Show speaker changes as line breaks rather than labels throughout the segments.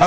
A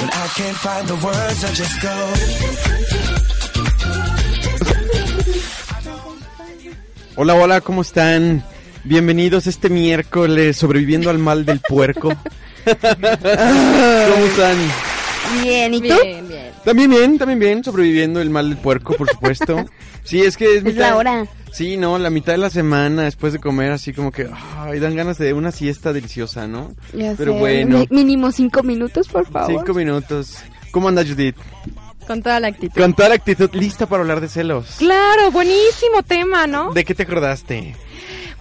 When I can't find the words, I just go.
Hola, hola, ¿cómo están? Bienvenidos este miércoles sobreviviendo al mal del puerco. ¿Cómo están?
Bien, ¿y tú?
Bien, bien.
También bien, también bien, sobreviviendo el mal del puerco, por supuesto. Sí, es que es,
Es la hora.
Sí, no, la mitad de la semana después de comer así como que ay, dan ganas de una siesta deliciosa, ¿no?
Ya
Pero
sé,
bueno,
mi- mínimo cinco minutos, por favor.
cinco minutos. ¿Cómo anda Judith?
Con toda la actitud.
Con toda la actitud lista para hablar de celos.
Claro, buenísimo tema, ¿no?
¿De qué te acordaste?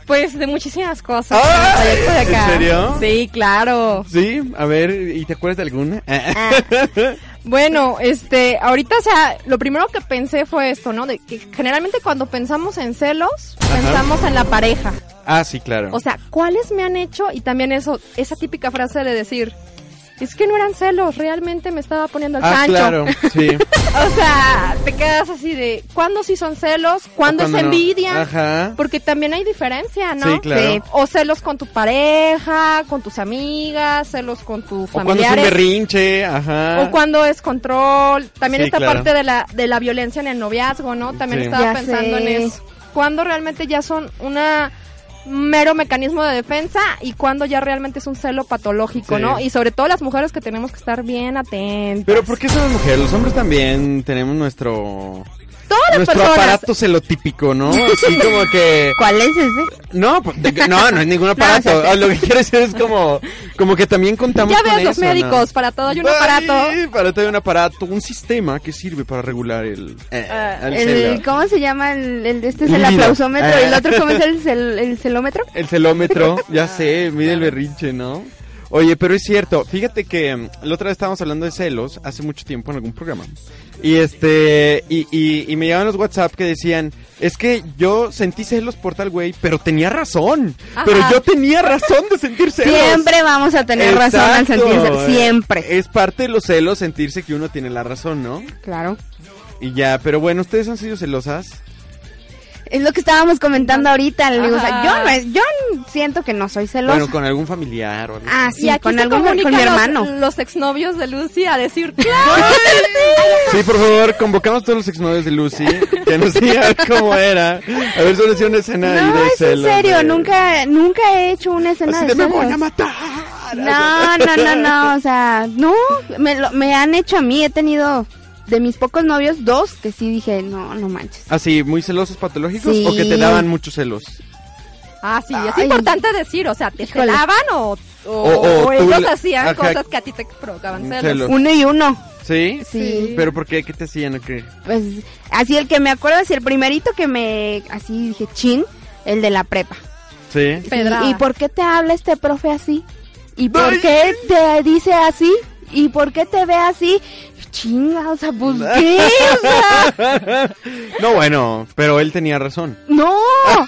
Pues de muchísimas cosas.
¡Ah!
Para allá y para acá.
¿En serio?
Sí, claro.
Sí, a ver, ¿y te acuerdas de alguna? Ah,
Bueno, este, ahorita, o sea, lo primero que pensé fue esto, ¿no? De que generalmente cuando pensamos en celos,
Ajá.
pensamos en la pareja.
ah, sí, claro.
O sea, ¿cuáles me han hecho? Y también eso, esa típica frase de decir, es que no eran celos, realmente me estaba poniendo al
ah,
chancho.
claro, sí.
O sea, te quedas así de, ¿cuándo sí son celos? ¿Cuándo,
cuando
es
no.
envidia?
Ajá.
Porque también hay diferencia, ¿no?
Sí, claro. Sí.
O celos con tu pareja, con tus amigas, celos con tus
O cuando es un
familiares.
berrinche, ajá.
O cuando es control. También
Sí,
esta
claro.
parte de la, de la violencia en el noviazgo, ¿no? También
Sí.
estaba
Ya
pensando
sé.
en eso. Cuando realmente ya son una un mero mecanismo de defensa y cuando ya realmente es un celo patológico,
Sí.
¿no? Y sobre todo las mujeres que tenemos que estar bien atentas.
Pero ¿por qué son las mujeres? Los hombres también tenemos nuestro...
Todas las
Nuestro
personas.
aparato celotípico, ¿no? Así como que...
¿Cuál es ese?
No, pues, de- no, no es ningún aparato. Ah, Lo que quiero decir es como... Como que también contamos
Ya
con
ves los
eso, ¿no?
médicos, para todo hay un
Ay,
aparato.
para todo hay un aparato, un sistema que sirve para regular el... eh,
Ah,
el,
El,
celo.
¿Cómo se llama? El, el- este es el
Líbido.
aplausómetro
Ah.
y el otro, ¿cómo es el, cel- el celómetro?
El celómetro, ya sé, mide el berrinche, ¿no? Oye, pero es cierto, fíjate que mm, la otra vez estábamos hablando de celos hace mucho tiempo en algún programa. Y este, y, y- y me llegaban los WhatsApp que decían, es que yo sentí celos por tal güey, pero tenía razón. Pero
Ajá.
yo tenía razón de sentir celos.
Siempre vamos a tener razón al
Exacto.
sentirse. Siempre.
Es parte de los celos sentirse que uno tiene la razón, ¿no?
Claro.
Y ya, pero bueno, ¿ustedes han sido celosas?
Es lo que estábamos comentando ahorita. le digo, o sea,
Ajá.
yo, no es- yo siento que no soy celosa.
Bueno, con algún familiar o algo.
ah,
y
sí,
aquí
con
se
algún con
comunican
mi
los-
hermano.
Los, exnovios de Lucy a decir, claro,
Sí, por favor, convocamos a todos los exnovios de Lucy que nos digan cómo era. A ver, solo hacía una escena ahí
No,
de
es en
celos,
serio,
de-
nunca, nunca he hecho una escena
Así
de
de, me van
celos".
a matar.
No, no, no, no, o sea, no, me, lo- me han hecho a mí, he tenido de mis pocos novios dos que sí dije, no, no manches.
Así, Ah, muy celosos patológicos
Sí.
o que te daban muchos celos.
Ah, sí, es
Ay.
importante decir, o sea, te
Híjole.
celaban Ah, o, o,
O- o
o
tú
ellos
le-
hacían
ajá.
cosas que a ti te provocaban celos.
Celos.
Uno y uno,
¿Sí?
sí.
¿Pero por qué? ¿Qué te hacían o qué?
Pues así el que me acuerdo, así el primerito que me, así dije, chin, el de la prepa.
¿Sí?
Sí,
Pedrada.
¿Y por qué te habla este profe así? ¿Y por
Ay.
qué te dice así? ¿Y por qué te ve así? Chinga, o sea, pues qué, o sea,
No, bueno, pero él tenía razón.
No,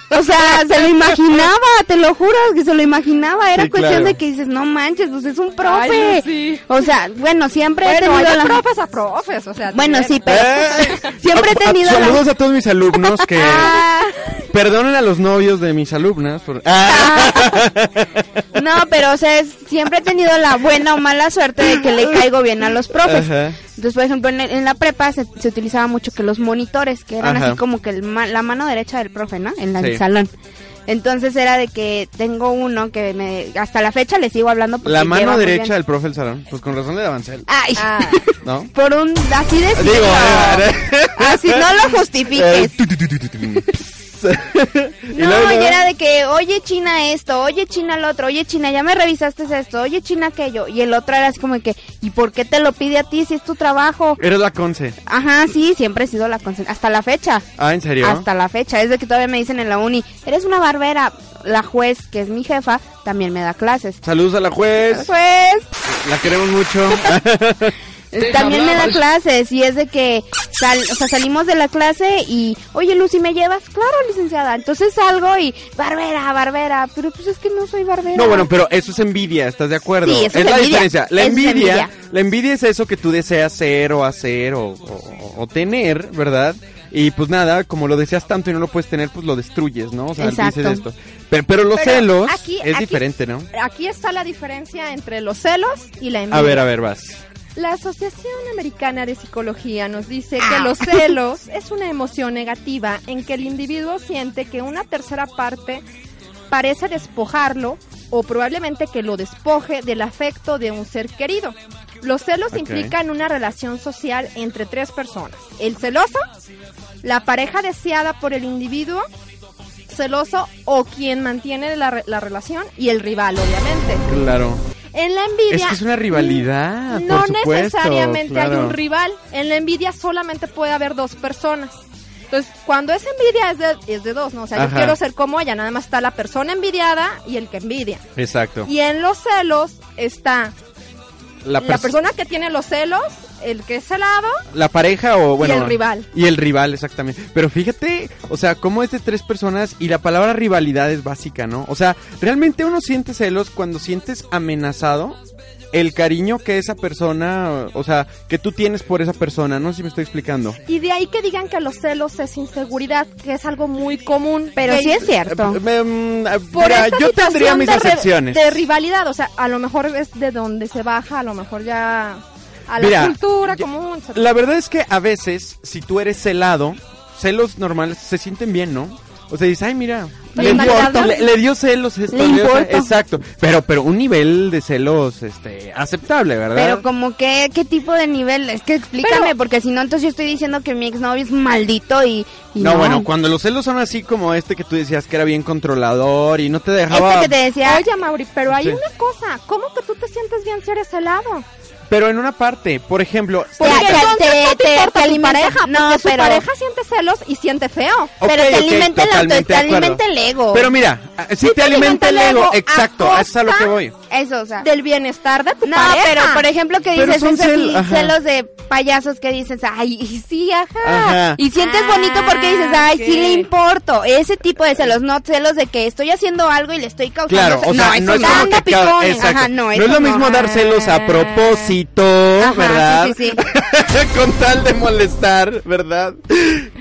o sea, se lo imaginaba, te lo juro que se lo imaginaba. Era
Sí,
cuestión
claro.
de que dices, no manches, pues es un
Ay,
profe.
Lucy.
O sea, bueno, siempre he
Bueno, hay
tenido
de
la-
profes a profes, o sea.
Bueno,
también.
sí, pero siempre he
A- a-
tenido la-
¿Eh? Ah, Saludos a todos mis alumnos que...
Ah,
Perdonen a los novios de mis alumnas por... ah,
Ah, no, pero o sea, es- siempre he tenido la buena o mala suerte de que le caigo bien a los profes.
Ajá.
Entonces, por ejemplo, en, en la prepa se, se utilizaba mucho que los monitores, que eran
Ajá.
así como que el ma- la mano derecha del profe, ¿no? En la- el
Sí.
salón. Entonces era de que tengo uno que me, hasta la fecha le sigo hablando. porque
La
lleva
mano
muy
derecha
bien.
del profe del salón. Pues con razón le daban celos,
Ay,
Ah,
¿no?
por un, así de
Digo, eh, eh.
Así no lo
Eh,
justifiques.
tu, tu, tu, tu, tu, tu. Y
No,
luego,
y era de que, oye China esto, oye China lo otro, oye China ya me revisaste esto, oye China aquello. Y el otro era así como que, ¿y por qué te lo pide a ti si es tu trabajo?
Eres la conce.
Ajá, sí, siempre he sido la consentida, hasta la fecha.
Ah, ¿en serio?
Hasta la fecha, es de que todavía me dicen en la uni, eres una barbera. La juez, que es mi jefa, también me da clases.
Pues, Saludos a la juez.
Pues,
La queremos mucho.
También me da clases y es de que sal- o sea, salimos de la clase y, oye Lucy, ¿me llevas? Claro, licenciada. Entonces salgo y, barbera, barbera. Pero pues es que no soy barbera.
No, bueno, pero eso es envidia, ¿estás de acuerdo?
Sí, eso es
la
envidia.
diferencia. La
Eso es
envidia,
envidia.
la envidia es eso que tú deseas ser o hacer o, o- o tener, ¿verdad? Y pues nada, como lo deseas tanto y no lo puedes tener, pues lo destruyes, ¿no? O sea,
Exacto.
dices esto. Pero, pero los
Pero
celos
aquí-
es
aquí-
diferente, ¿no?
Aquí está la diferencia entre los celos y la envidia.
A ver, a ver, vas.
La Asociación Americana de Psicología nos dice que los celos es una emoción negativa en que el individuo siente que una tercera parte parece despojarlo o probablemente que lo despoje del afecto de un ser querido. Los celos
Ok.
implican una relación social entre tres personas. El celoso, la pareja deseada por el individuo celoso o quien mantiene la, re- la relación y el rival, obviamente.
Claro.
En la envidia.
Es que es una rivalidad,
No
por supuesto,
necesariamente hay
claro.
un rival. En la envidia solamente puede haber dos personas. Entonces, cuando es envidia es de, es de dos, ¿no? O sea,
Ajá.
yo quiero ser como ella, nada más está la persona envidiada y el que envidia.
Exacto.
Y en los celos está la,
pers-
persona que tiene los celos, el que es celado,
La pareja o bueno.
el rival.
Y el rival, exactamente. Pero fíjate, o sea, cómo es de tres personas y la palabra rivalidad es básica, ¿no? O sea, realmente uno siente celos cuando sientes amenazado el cariño que esa persona, o sea, que tú tienes por esa persona, no sé si me estoy explicando.
Y de ahí que digan que los celos es inseguridad, que es algo muy común.
Pero
Que-
sí es cierto.
Eh, me- mm, eh,
por
mira,
esta
yo
situación
tendría mis
de re-
excepciones.
de rivalidad, o sea, a lo mejor es de donde se baja, a lo mejor ya a la
Mira,
cultura
yo-
común. etcétera.
La verdad es que a veces, si tú eres celado, celos normales se sienten bien, ¿no? O sea, dices, ay, mira,
Le
le
importa.
dio, le- le dio celos esto.
Le
dio-
importa.
Exacto. Pero, pero un nivel de celos este, aceptable, ¿verdad?
Pero como que, ¿qué tipo de nivel? Es que explícame,
Pero-
porque si no, entonces yo estoy diciendo que mi exnovio es maldito y, y
no, bueno, cuando los celos son así como este que tú decías que era bien controlador y no te dejaba...
Este que te decía,
Oye, Mauri, pero hay
Sí.
una cosa, ¿cómo que tú te sientes bien si eres helado?
Pero en una parte, por ejemplo...
Te-
Porque
te-
entonces
te-
no te,
te-
importa
Eh, te
tu
alimenta.
pareja,
No,
porque tu
pero-
pareja siente celos y siente feo.
pero
ok,
te
ok,
alimenta el auto,
totalmente
te
de acuerdo.
alimenta el ego.
Pero mira, si te, alimenta el ego, exacto,
a
eso es a lo que
costa
voy.
Eso, o sea.
Del bienestar de tu
no,
pareja.
pero por ejemplo que
Pero
dices,
son
es así,
cel- ajá.
celos de payasos que dices, ay, y sí,
Ah.
ajá.
Ajá.
Y sientes bonito porque dices, ay,
Ah,
sí le
ok.
importo. Ese tipo de celos, no celos de que estoy haciendo algo y le estoy causando...
Claro, o sea, no,
eso
es como
Anda,
que cada-
picón.
exacto.
Ajá, no,
no,
eso
es lo mismo dar celos a propósito, ¿verdad?
sí, sí,
Con tal de molestar, ¿verdad?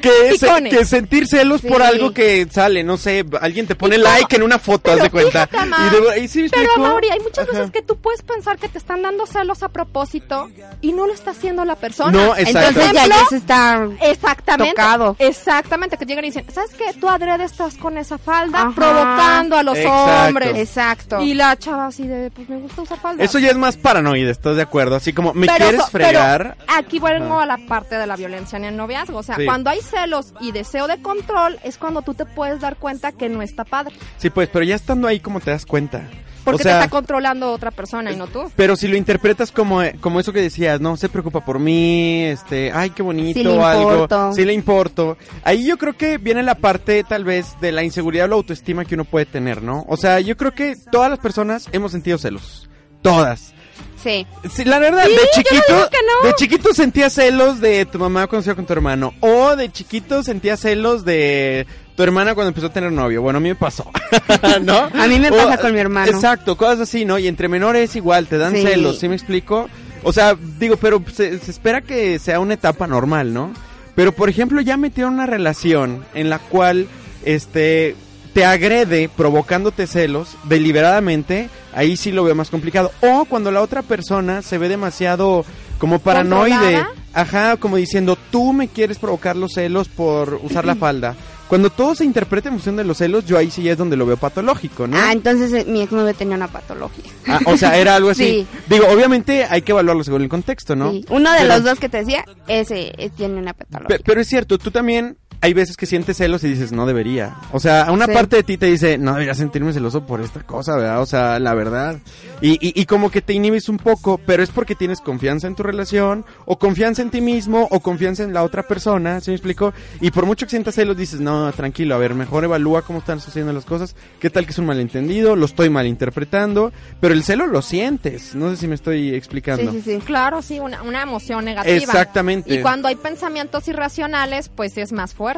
Que, es-
Picones.
que sentir celos por
Sí.
algo que sale, no sé, alguien te pone like en una foto, haz de cuenta.
Fíjate, Amar,
Y de- y sí me
pero
explico.
Mauri, hay muchas
Ajá.
veces que tú puedes pensar que te están dando celos a propósito y no lo está haciendo la persona.
No, exacto.
Entonces ya, ya se está...
Exactamente.
Tocado.
Exactamente, que llegan y dicen, ¿sabes qué? Tú adrede estás con esa falda
Ajá.
provocando a los
Exacto.
hombres.
Exacto.
Y la chava así de, pues me gusta usar falda.
Eso ya es más paranoide, ¿estás de acuerdo? Así como, ¿me
Pero
quieres
so- pero
fregar?
aquí vuelvo
Ajá.
a la parte de la violencia en el noviazgo. O sea,
Sí.
cuando hay celos y deseo de control, es cuando tú te puedes dar cuenta que no está padre.
Sí, pues, pero ya estando ahí, ¿cómo te das cuenta?
Porque
o sea,
te está controlando otra persona y no tú.
Pero si lo interpretas como, eh, como eso que decías, no, se preocupa por mí, este, ay, qué bonito,
Sí le importo.
algo, sí le importo. Ahí yo creo que viene la parte tal vez de la inseguridad o la autoestima que uno puede tener, ¿no? O sea, yo creo que todas las personas hemos sentido celos. Todas.
Sí.
Sí, la verdad, de chiquito, de chiquito sentía celos de tu mamá cuando se iba con tu hermano. O de chiquito sentía celos de tu hermana cuando empezó a tener novio. Bueno, a mí me pasó, ¿no?
A mí me
O-
pasa con mi hermano.
Exacto, cosas así, ¿no? Y entre menores igual, te dan
Sí.
celos, ¿sí me explico? O sea, digo, pero se, se espera que sea una etapa normal, ¿no? Pero, por ejemplo, ya metieron una relación en la cual, este, te agrede provocándote celos deliberadamente, ahí sí lo veo más complicado. O cuando la otra persona se ve demasiado como paranoide,
¿Controlada?
ajá, como diciendo, tú me quieres provocar los celos por usar la falda. Cuando todo se interpreta en función de los celos, yo ahí sí ya es donde lo veo patológico, ¿no?
Ah, entonces eh, mi exnovio tenía una patología.
Ah, o sea, era algo así.
Sí.
Digo, obviamente hay que evaluarlo según el contexto, ¿no?
Sí. Uno de
Pero-
los dos que te decía, ese eh, tiene una
Pe-
patología.
pero es cierto, tú también hay veces que sientes celos y dices, no debería. O sea, una
Sí.
parte de ti te dice, no debería sentirme celoso por esta cosa, ¿verdad? O sea, la verdad. Y, y- y como que te inhibes un poco, pero es porque tienes confianza en tu relación, o confianza en ti mismo, o confianza en la otra persona, ¿se me explicó? Y por mucho que sientas celos, dices, no, tranquilo, a ver, mejor evalúa cómo están sucediendo las cosas, qué tal que es un malentendido, lo estoy malinterpretando, pero el celo lo sientes. No sé si me estoy explicando.
Sí, sí, sí.
Claro, sí, una, una emoción negativa.
Exactamente.
Y cuando hay pensamientos irracionales, pues es más fuerte.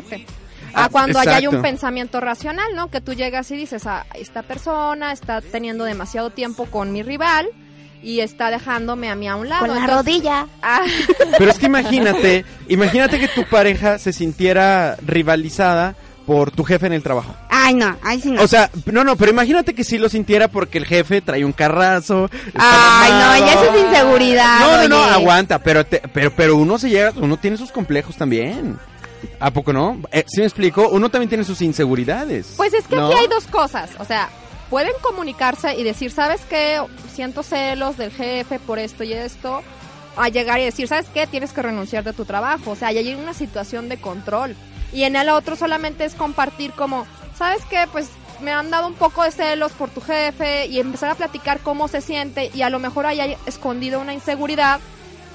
Ah,
A cuando allá hay
exacto.
un pensamiento racional, ¿no? Que tú llegas y dices, ah, esta persona está teniendo demasiado tiempo con mi rival y está dejándome a mí a un lado.
Con la
Entonces,
rodilla.
ah,
Pero es que imagínate, imagínate que tu pareja se sintiera rivalizada por tu jefe en el trabajo.
Ay, no, ay, sí no.
O sea, no, no, pero imagínate que sí lo sintiera porque el jefe trae un carrazo. está
ay, no,
mamado.
ya eso es inseguridad.
No, no, no,
oye.
aguanta, pero, te- pero, pero uno se llega, uno tiene sus complejos también. ¿A poco no? Eh, ¿Sí me explico? Uno también tiene sus inseguridades.
pues es que
¿no?
aquí hay dos cosas. O sea, pueden comunicarse y decir, ¿sabes qué? Siento celos del jefe por esto y esto. A llegar y decir, ¿sabes qué? Tienes que renunciar de tu trabajo. O sea, ya hay una situación de control. Y en el otro solamente es compartir como, ¿sabes qué? Pues me han dado un poco de celos por tu jefe y empezar a platicar cómo se siente y a lo mejor haya escondido una inseguridad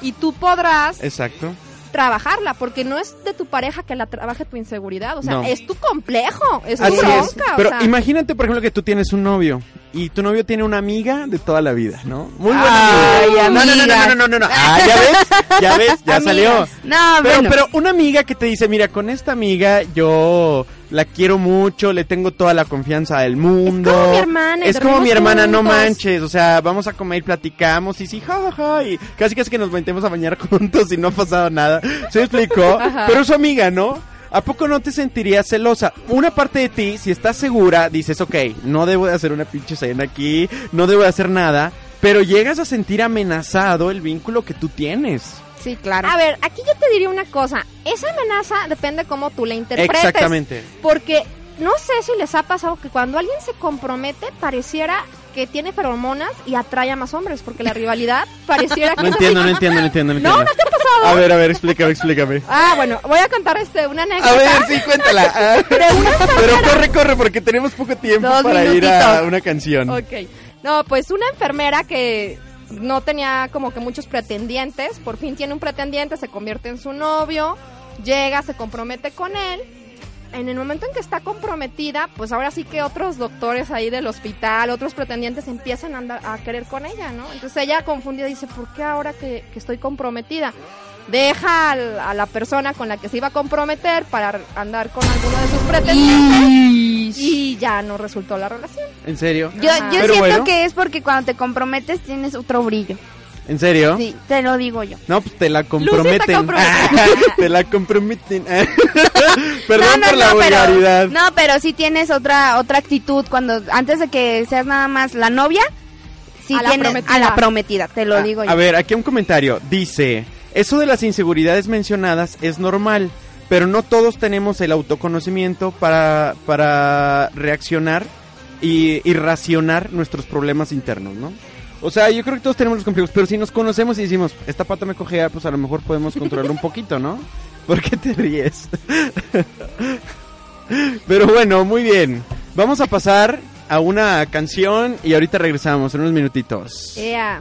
y tú podrás
Exacto.
trabajarla, porque no es de tu pareja que la trabaje tu inseguridad, o sea,
No.
es tu complejo, es tu
Así
bronca,
es.
o
Pero
sea.
imagínate, por ejemplo, que tú tienes un novio y tu novio tiene una amiga de toda la vida, ¿no? Muy buena
Ay,
amiga. No, no, no, no, no, no, no, no. Ah, ya ves, ya ves, ya
Amigas.
salió.
No,
Pero,
bueno.
pero una amiga que te dice, mira, con esta amiga yo la quiero mucho, le tengo toda la confianza del mundo.
como mi hermana, y
Es como
dormimos
mi hermana, no
juntos.
manches. O sea, vamos a comer y platicamos y sí, jajaja. y casi casi que nos metemos a bañar juntos y no ha pasado nada. ¿Se explicó?
Ajá.
Pero su amiga, ¿no? ¿A poco no te sentirías celosa? Una parte de ti, si estás segura, dices, ok, no debo de hacer una pinche cena aquí, no debo de hacer nada, pero llegas a sentir amenazado el vínculo que tú tienes.
Sí, claro.
A ver, aquí yo te diría una cosa, esa amenaza depende cómo tú la interpretes.
Exactamente.
Porque no sé si les ha pasado que cuando alguien se compromete pareciera que tiene feromonas y atrae a más hombres, porque la rivalidad pareciera que
No
es así.
entiendo, no entiendo, no entiendo, no
No,
entiendo.
no te ha pasado.
A ver, a ver, explícame, explícame.
Ah, bueno, voy a contar este una anécdota.
A ver, sí, cuéntala. Ah, Pero corre, corre, porque tenemos poco tiempo
Dos
para ir a
minutitos.
una canción.
Ok. No, pues una enfermera que no tenía como que muchos pretendientes, por fin tiene un pretendiente, se convierte en su novio, llega, se compromete con él. En el momento en que está comprometida, pues ahora sí que otros doctores ahí del hospital, otros pretendientes empiezan a, andar- a querer con ella, ¿no? Entonces ella confundida dice, ¿por qué ahora que, que estoy comprometida? Deja al- a la persona con la que se iba a comprometer para andar con alguno de sus pretendientes y ya no resultó la relación.
¿En serio?
Yo, yo
Ajá.
siento
Pero bueno.
que es porque cuando te comprometes tienes otro brillo.
¿En serio?
Sí, te lo digo yo.
No, pues te la
está
comprometen.
comprometida.
te la comprometen. Perdón
no, no,
por la
no,
vulgaridad.
pero, no, pero sí tienes otra otra actitud cuando antes de que seas nada más la novia, sí
A la
tienes
prometida.
a la prometida, te lo
Ah,
digo yo.
A ver, aquí un comentario. Dice, eso de las inseguridades mencionadas es normal, pero no todos tenemos el autoconocimiento para, para reaccionar y, y racionar nuestros problemas internos, ¿no? O sea, yo creo que todos tenemos los complejos, pero si nos conocemos y decimos, esta pata me cojea, pues a lo mejor podemos controlarlo un poquito, ¿no? ¿Por qué te ríes? pero bueno, muy bien. Vamos a pasar a una canción y ahorita regresamos en unos minutitos.
Eh,
Ea.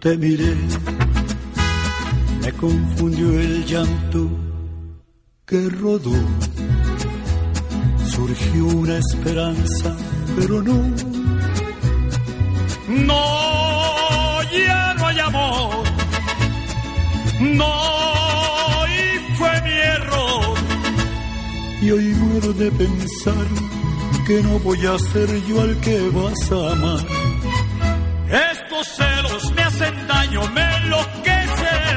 te miré, me confundió el llanto que rodó. Surgió una esperanza, pero no,
No, ya no hay amor. No, y fue mi error.
y hoy muero de pensar que no voy a ser yo al que vas a amar.
Estos celos me hacen daño, me enloquecen.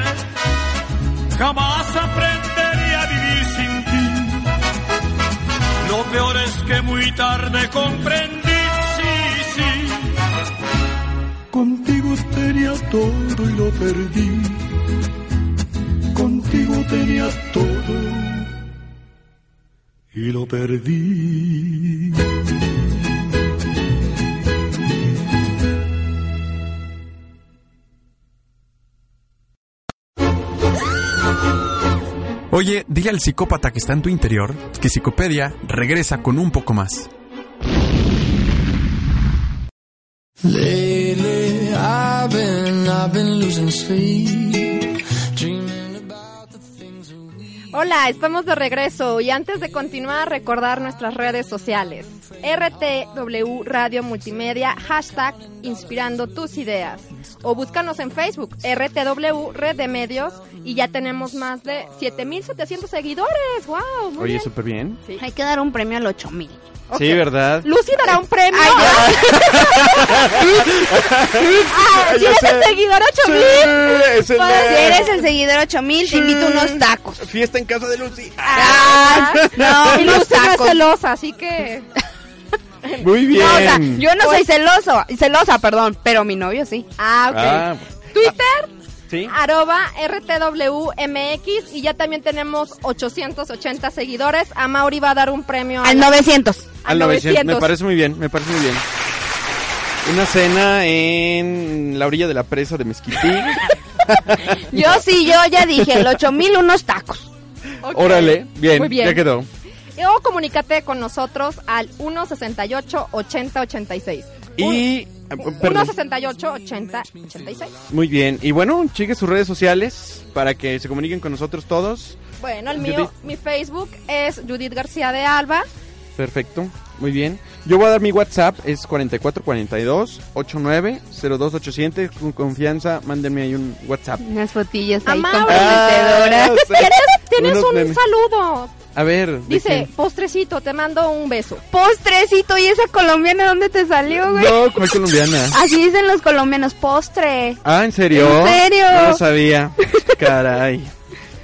Jamás aprenderé a vivir sin ti. Lo peor es que muy tarde comprendí, sí, sí.
Contigo tenía todo y lo perdí. Contigo tenía todo y lo perdí.
Oye, dile al psicópata que está en tu interior que Psicopedia regresa con un poco más.
Lately, I've been, I've been losing sleep, dreaming about the things that we.
Hola, estamos de regreso y antes de continuar recordar nuestras redes sociales. RTW Radio Multimedia, hashtag inspirando tus ideas. O búscanos en Facebook, RTW Red de Medios y ya tenemos más de 7.700 seguidores. ¡Wow! Muy
Oye,
bien.
súper bien.
Sí.
Hay que dar un premio al 8000.
Sí, ¿verdad?
Lucy dará un premio. Ah, si
Ya
eres
sé.
el seguidor 8000.
Sí, es el
Si
de-
eres el seguidor 8000, te invito unos tacos.
Fiesta en casa de Lucy.
Ah, no,
y
unos
Lucy no es
tacos.
celosa, así que.
Muy bien.
No, o sea, yo no soy celoso, celosa, perdón, pero mi novio sí.
Ah, ok.
Ah,
Twitter, Ah,
sí.
arroba RTWMX y ya también tenemos 880 seguidores. A Mauri va a dar un premio
Al
la-
900.
Al 900. Me parece muy bien, me parece muy bien. Una cena en la orilla de la presa de Mezquití.
Yo sí, yo ya dije, el 8000 unos tacos.
Ok.
Órale, bien,
Muy bien.
ya quedó.
O comunícate con nosotros al 168 80 86.
Y... ah, perdón.
168 80 86.
Muy bien. Y bueno, cheque sus redes sociales para que se comuniquen con nosotros todos.
Bueno, el mío,
Judith.
mi Facebook es Judith García de Alba.
Perfecto, muy bien. Yo voy a dar mi WhatsApp, es 4442-890287. Con confianza, mándenme ahí un WhatsApp.
Unas fotillas
ahí
ahí
Amable.
comprometedoras.
Ah, sí.
¿Tienes, tienes
Unos
un
memes.
saludo.
A ver, ¿de
Dice,
quién?
postrecito, te mando un beso.
Postrecito, ¿y esa colombiana dónde te salió, güey?
No, ¿cuál colombiana?
Así dicen los colombianos, postre.
Ah, ¿en serio?
¿En serio?
No lo sabía. Caray.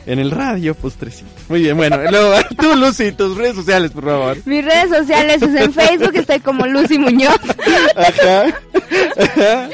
En el radio, postrecito. Muy bien, bueno. Luego, tú, Lucy, tus redes sociales, por favor.
Mis redes sociales es en Facebook, estoy como Lucy Muñoz.
Ajá.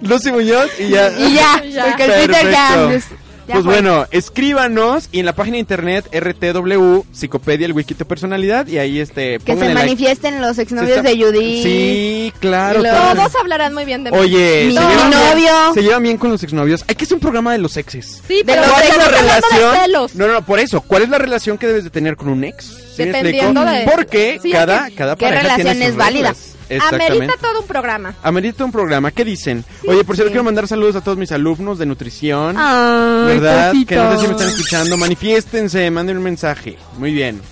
Lucy Muñoz y ya.
Y ya,
Ya.
porque el Twitter ya.
Perfecto.
pues, ya
pues
fue.
bueno, escríbanos y en la página de internet RTW, Psicopedia, el Wiki de Personalidad, y ahí este.
Que se
pónganle like.
manifiesten los
Se
exnovios
está-
de Judy.
Sí, claro.
Y luego-
claro.
Todos hablarán muy bien de mí.
Oye,
Mi
se llevan bien-
novio.
se llevan bien con los exnovios. Hay que hacer un programa de los exes.
Sí,
de
pero
los
¿cuál es
celos,
la
hablando
relación? de celos?
No, no, no, por eso. ¿Cuál es la relación que debes de tener con un ex? ¿Sí me
Dependiendo
explico?
de-
Porque
Sí,
cada,
es que-
cada
¿qué
pareja
relación
tiene sus
es válida?
reglas. Exactamente.
Amerita todo un programa.
Amerita un programa. ¿Qué dicen? Oye, por cierto, quiero mandar saludos a todos mis alumnos de nutrición.
Ay,
¿Verdad? Que no sé si me
cosita.
están escuchando. Manifiéstense, manden un mensaje. Muy bien.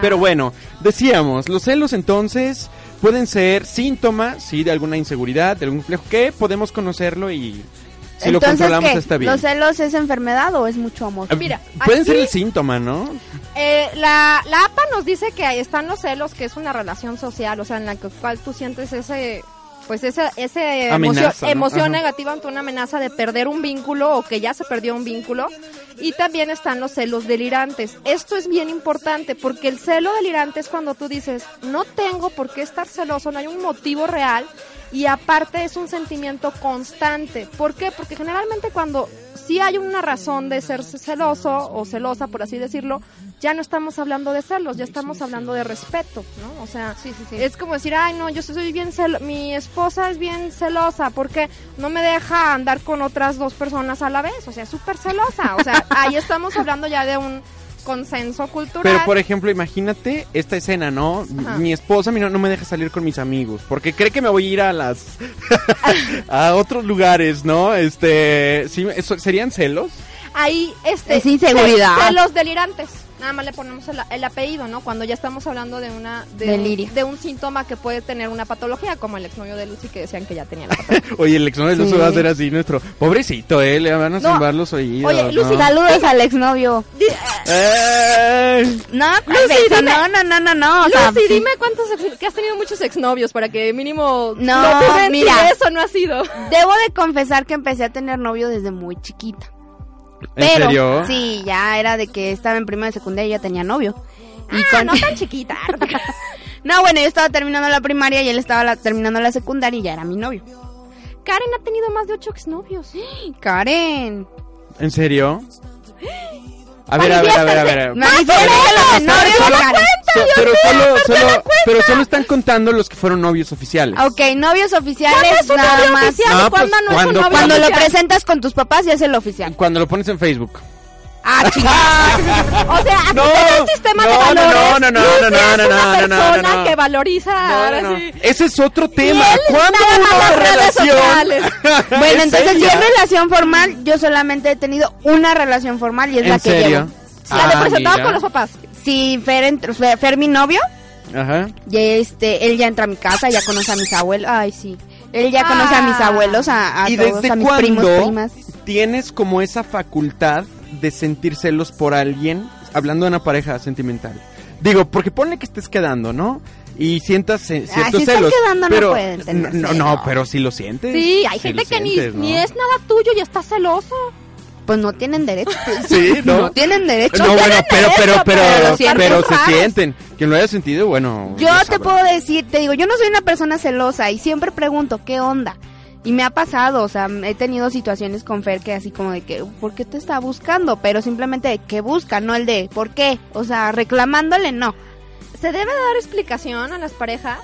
Pero bueno, decíamos, los celos entonces pueden ser síntomas, sí, de alguna inseguridad, de algún complejo, que podemos conocerlo y Si lo
Entonces,
controlamos
¿qué?
está bien.
¿Los celos es enfermedad o es mucho amor?
Ah,
Mira,
Pueden
aquí-
ser el síntoma, ¿no?
Eh, la, la APA nos dice que ahí están los celos, que es una relación social, o sea, en la que- cual tú sientes ese, pues esa ese
Amenaza,
emoción,
¿no?
emoción
Ajá.
negativa ante una amenaza de perder un vínculo o que ya se perdió un vínculo. Y también están los celos delirantes. Esto es bien importante porque el celo delirante es cuando tú dices, no tengo por qué estar celoso, no hay un motivo real. Y aparte es un sentimiento constante. ¿Por qué? Porque generalmente cuando sí hay una razón de ser celoso o celosa, por así decirlo, ya no estamos hablando de celos, ya estamos hablando de respeto, ¿no? O sea,
Sí, sí, sí.
es como decir, ay, no, yo soy bien celosa, mi esposa es bien celosa, porque no me deja andar con otras dos personas a la vez, o sea, es súper celosa, o sea, ahí estamos hablando ya de un consenso cultural.
Pero, por ejemplo, imagínate esta escena, ¿no?
Ajá.
Mi esposa mi no, no me deja salir con mis amigos porque cree que me voy a ir a las... a otros lugares, ¿no? Este... ¿sí, eso- ¿Serían celos?
ahí este
Es inseguridad.
ce- celos delirantes nada más le ponemos el, el apellido no cuando ya estamos hablando de una de,
Delirio.
Un, de un síntoma que puede tener una patología como el exnovio de Lucy que decían que ya tenía la patología
Oye, el ex de Lucy
Sí.
va a ser así nuestro... Pobrecito, ¿eh? Le van a zumbar los oídos.
Oye, Lucy,
¿no?
Saludos al exnovio.
¡Ey!
No, tal vez,
dime.
no, no, no, no, no. o sea,
Lucy
sí.
dime cuántos ex- que has tenido muchos exnovios para que mínimo
No,
te den si
mira.
de eso no ha sido
Debo de confesar que empecé a tener novio desde muy chiquita.
¿En
Pero,
serio?
Sí, ya era de que estaba en prima de secundaria y ya tenía novio. Y con... Ah, no tan chiquita. no, bueno, yo estaba terminando la primaria y él estaba la- terminando la secundaria y ya era mi novio.
Karen ha tenido más de ocho exnovios
Karen.
¿En serio? A ver, a ver, a ver, a ver.
Manifiéstate los novios de Karen.
So- pero solo, solo, pero solo están contando los que fueron novios oficiales.
Ok, novios oficiales,
es un
nada
novio
más.
oficial?
No, pues,
¿Cuándo no es un
cuando-
novio
Cuando lo
oficial?
presentas con tus papás ya es el oficial.
Cuando lo pones en Facebook.
Ah, chingada.
o sea aquí
No,
está el sistema de
no, no,
valores
no, no, no,
Lucy
no, no,
es
no, no,
una
no, no,
persona
no.
que valoriza Ah, ahora
No, no, no.
sí.
Ese es otro tema.
él
¿Cuándo
nada
hubo una
más las redes sociales.
relación?
Bueno,
¿Es
entonces si
ella?
es relación formal, yo solamente he tenido una relación formal y es la
¿En
que
serio?
llevo.
la de
Ah,
presentado
mira.
con los papás
Sí, Fer, entró- Fer, Fer, mi novio,
Ajá.
y este, él ya entra a mi casa, ya conoce a mis abuelos. Ay, sí. Él ya
Ah.
conoce a mis abuelos, a, a
¿Y
todos,
desde
a mis primos,
cuándo
primas.
tienes como esa facultad de sentir celos por alguien, hablando de una pareja sentimental? Digo, porque ponle que estés quedando, ¿no? Y sientas eh, ciertos
si están
celos.
quedando no
pero,
pueden tener
no,
celos.
no, pero si lo sientes.
Sí, hay
sí
gente
lo
que ni,
sientes, ¿no?
ni es nada tuyo y está celoso.
Pues no tienen derecho.
Sí,
No,
¿no?
tienen derecho.
No, bueno, pero, pero, pero,
derecho, pero
pero,
lo siento,
se
raros.
sienten. Quien lo haya sentido, bueno.
Yo
lo
te
sabrá.
puedo decir, te digo, yo no soy una persona celosa y siempre pregunto, ¿qué onda? Y me ha pasado, o sea, he tenido situaciones con Fer que así como de que, ¿por qué te está buscando? Pero simplemente de que busca, no el de, ¿por qué? O sea, reclamándole, no.
¿Se debe dar explicación a las parejas?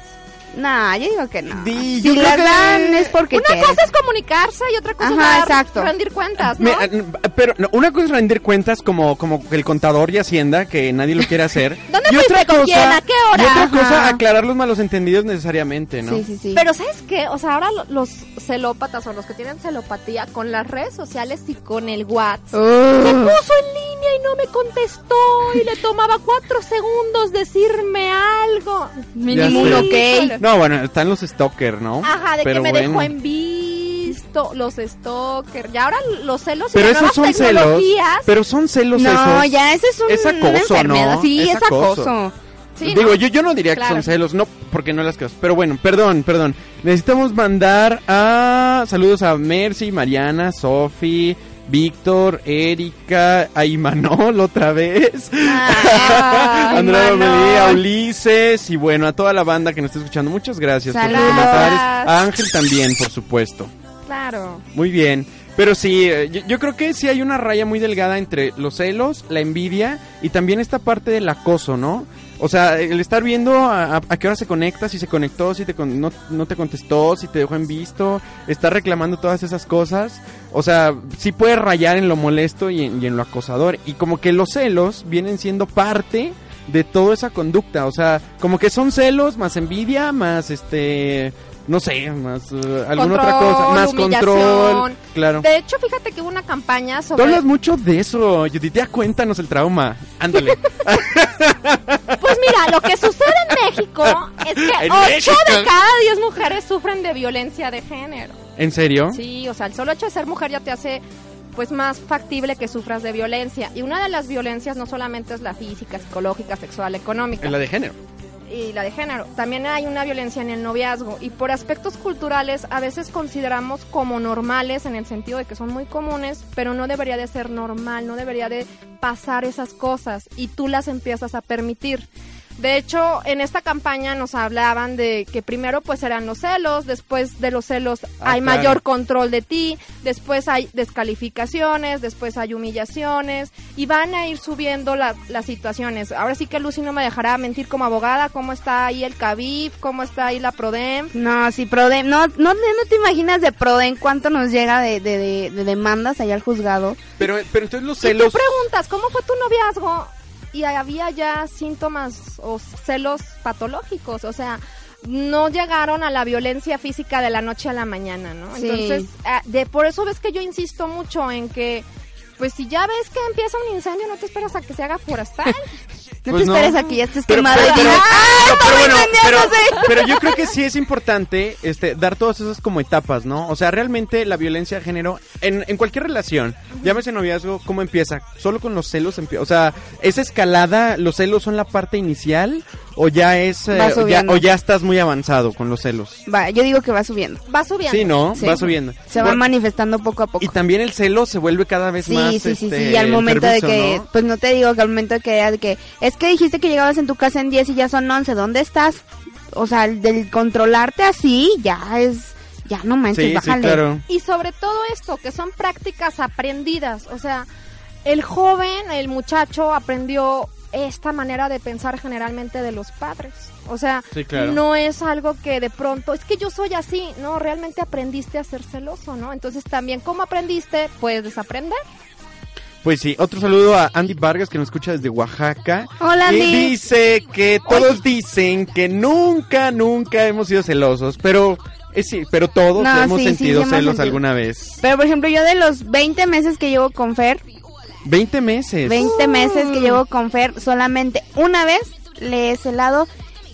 Nah, yo digo que no.
Di, yo
si
creo
la
que-
dan es porque
Una
quieren.
cosa es comunicarse y otra cosa
Ajá,
es dar-
exacto.
rendir cuentas, ¿no?
Me- ah, pero no, una cosa es rendir cuentas como, como el contador y Hacienda, que nadie lo quiere hacer.
¿Dónde
y
fuiste
otra
con
cosa,
quién? ¿A qué hora?
Y otra cosa,
Ajá.
aclarar los malos entendidos necesariamente, ¿no?
Sí, sí, sí.
Pero ¿sabes qué? O sea, ahora lo- los celópatas o los que tienen celopatía con las redes sociales y con el WhatsApp. Se
Uh,
puso en línea y no me contestó y le tomaba cuatro segundos decirme algo.
mínimo
sé.
un ok.
Híjole.
No, bueno, están los stalkers, ¿no?
Ajá, de
Pero
que me
bueno.
dejó en visto, los stalkers. Y ahora los celos y
Pero
las
esos son
nuevas
celos.
tecnologías.
Pero son celos
No,
esos.
ya ese es un,
Es acoso,
una enfermedad.
¿no?
Sí,
Es
es, acoso.
acoso.
Sí,
Digo,
¿no?
yo, yo no diría que
Claro.
son celos, no, porque no las creo. Pero bueno, perdón, perdón. Necesitamos mandar a saludos a Mercy, Mariana, Sofi, Víctor, Erika, a Imanol otra vez.
Ah,
Andrea
Imanol.
Lomelí, a Ulises y bueno, a toda la banda que nos está escuchando. Muchas gracias por
Saludos.
sus comentarios. A Ángel también, por supuesto.
Claro.
Muy bien. Pero sí, eh, yo, yo creo que sí hay una raya muy delgada entre los celos, la envidia y también esta parte del acoso, ¿no? O sea, el estar viendo a, a- a qué hora se conecta, si se conectó, si te con- no, no te contestó, si te dejó en visto, estar reclamando todas esas cosas. O sea, sí puede rayar en lo molesto y en, y en lo acosador. Y como que los celos vienen siendo parte de toda esa conducta. O sea, como que son celos más envidia, más este... No sé, más eh, alguna otra
Control,
cosa, más control,
humillación.
claro.
De hecho, fíjate que hubo una campaña
Tú
sobre.
hablas mucho de eso, Judith, ya cuéntanos el trauma. Ándale.
Pues mira, lo que sucede en México es que
En
8 de
México.
cada 10 mujeres sufren de violencia de género.
¿En serio?
Sí, o sea, el solo hecho de ser mujer ya te hace pues más factible que sufras de violencia. Y una de las violencias no solamente es la física, psicológica, sexual, económica
En la de género.
y la de género. También hay una violencia en el noviazgo y por aspectos culturales a veces consideramos como normales en el sentido de que son muy comunes, pero no debería de ser normal, no debería de pasar esas cosas y tú las empiezas a permitir. De hecho, en esta campaña nos hablaban de que primero pues eran los celos, después de los celos
Ah,
hay
claro.
mayor control de ti, después hay descalificaciones, después hay humillaciones y van a ir subiendo las, las situaciones. Ahora sí que Lucy no me dejará mentir como abogada, cómo está ahí el CABIF, cómo está ahí la PRODEM.
No, sí, Prodem, no, no, no te imaginas de Prodem cuánto nos llega de, de, de- de demandas allá al juzgado.
Pero, pero entonces los
Si tú
celos.
preguntas, ¿cómo fue tu noviazgo? Y había ya síntomas o celos patológicos, o sea, no llegaron a la violencia física de la noche a la mañana, ¿no?
Sí.
Entonces, ah, de, por eso ves que yo insisto mucho en que, pues si ya ves que empieza un incendio, no te esperas a que se haga forestal.
No
Pues
te
no.
esperes aquí, ya estés
Pero-
quemado.
pero-
y digas,
pero-
¡Ah,
pero
estaba
bueno, pero,
incendiándose!
pero yo creo que sí es importante este, dar todas esas como etapas, ¿no? O sea, realmente la violencia de género, en, en cualquier relación, llámese noviazgo, ¿cómo empieza? ¿Solo con los celos empieza? O sea, ¿esa escalada, los celos son la parte inicial? ¿O ya es, eh,
Va
o ya,
subiendo.
o ya estás muy avanzado con los celos?
"Ah, Va, yo digo que va subiendo.
Va subiendo.
Sí, ¿no?
Sí.
Va subiendo.
Se va
Bueno,
manifestando poco a poco.
y también el celo se vuelve cada vez
Sí,
más.
sí, sí, sí,
este,
Y al momento de
enfermizo,
que,
¿no?
pues no te digo que al momento de que, era de que, es que dijiste que llegabas en tu casa en 10 y ya son 11, ¿dónde estás? O sea, el del controlarte así, ya es, ya no manches,
Sí, sí,
bájale.
claro.
Y sobre todo esto, que son prácticas aprendidas. O sea, el joven, el muchacho aprendió esta manera de pensar generalmente de los padres. O sea,
Sí, claro.
no es algo que de pronto, es que yo soy así, no, realmente aprendiste a ser celoso, ¿no? Entonces también, ¿cómo aprendiste? Puedes desaprender.
Pues sí, otro saludo a Andy Vargas que nos escucha desde Oaxaca.
Hola,
y
Andy.
dice que todos dicen que nunca, nunca hemos sido celosos, pero eh, sí, pero todos
No,
hemos
sí, sí,
sentido
sí hemos
celos
sentido.
alguna vez.
Pero por ejemplo, yo de los 20 meses que llevo con Fer,
20 meses.
20 meses que llevo con Fer, solamente una vez le he celado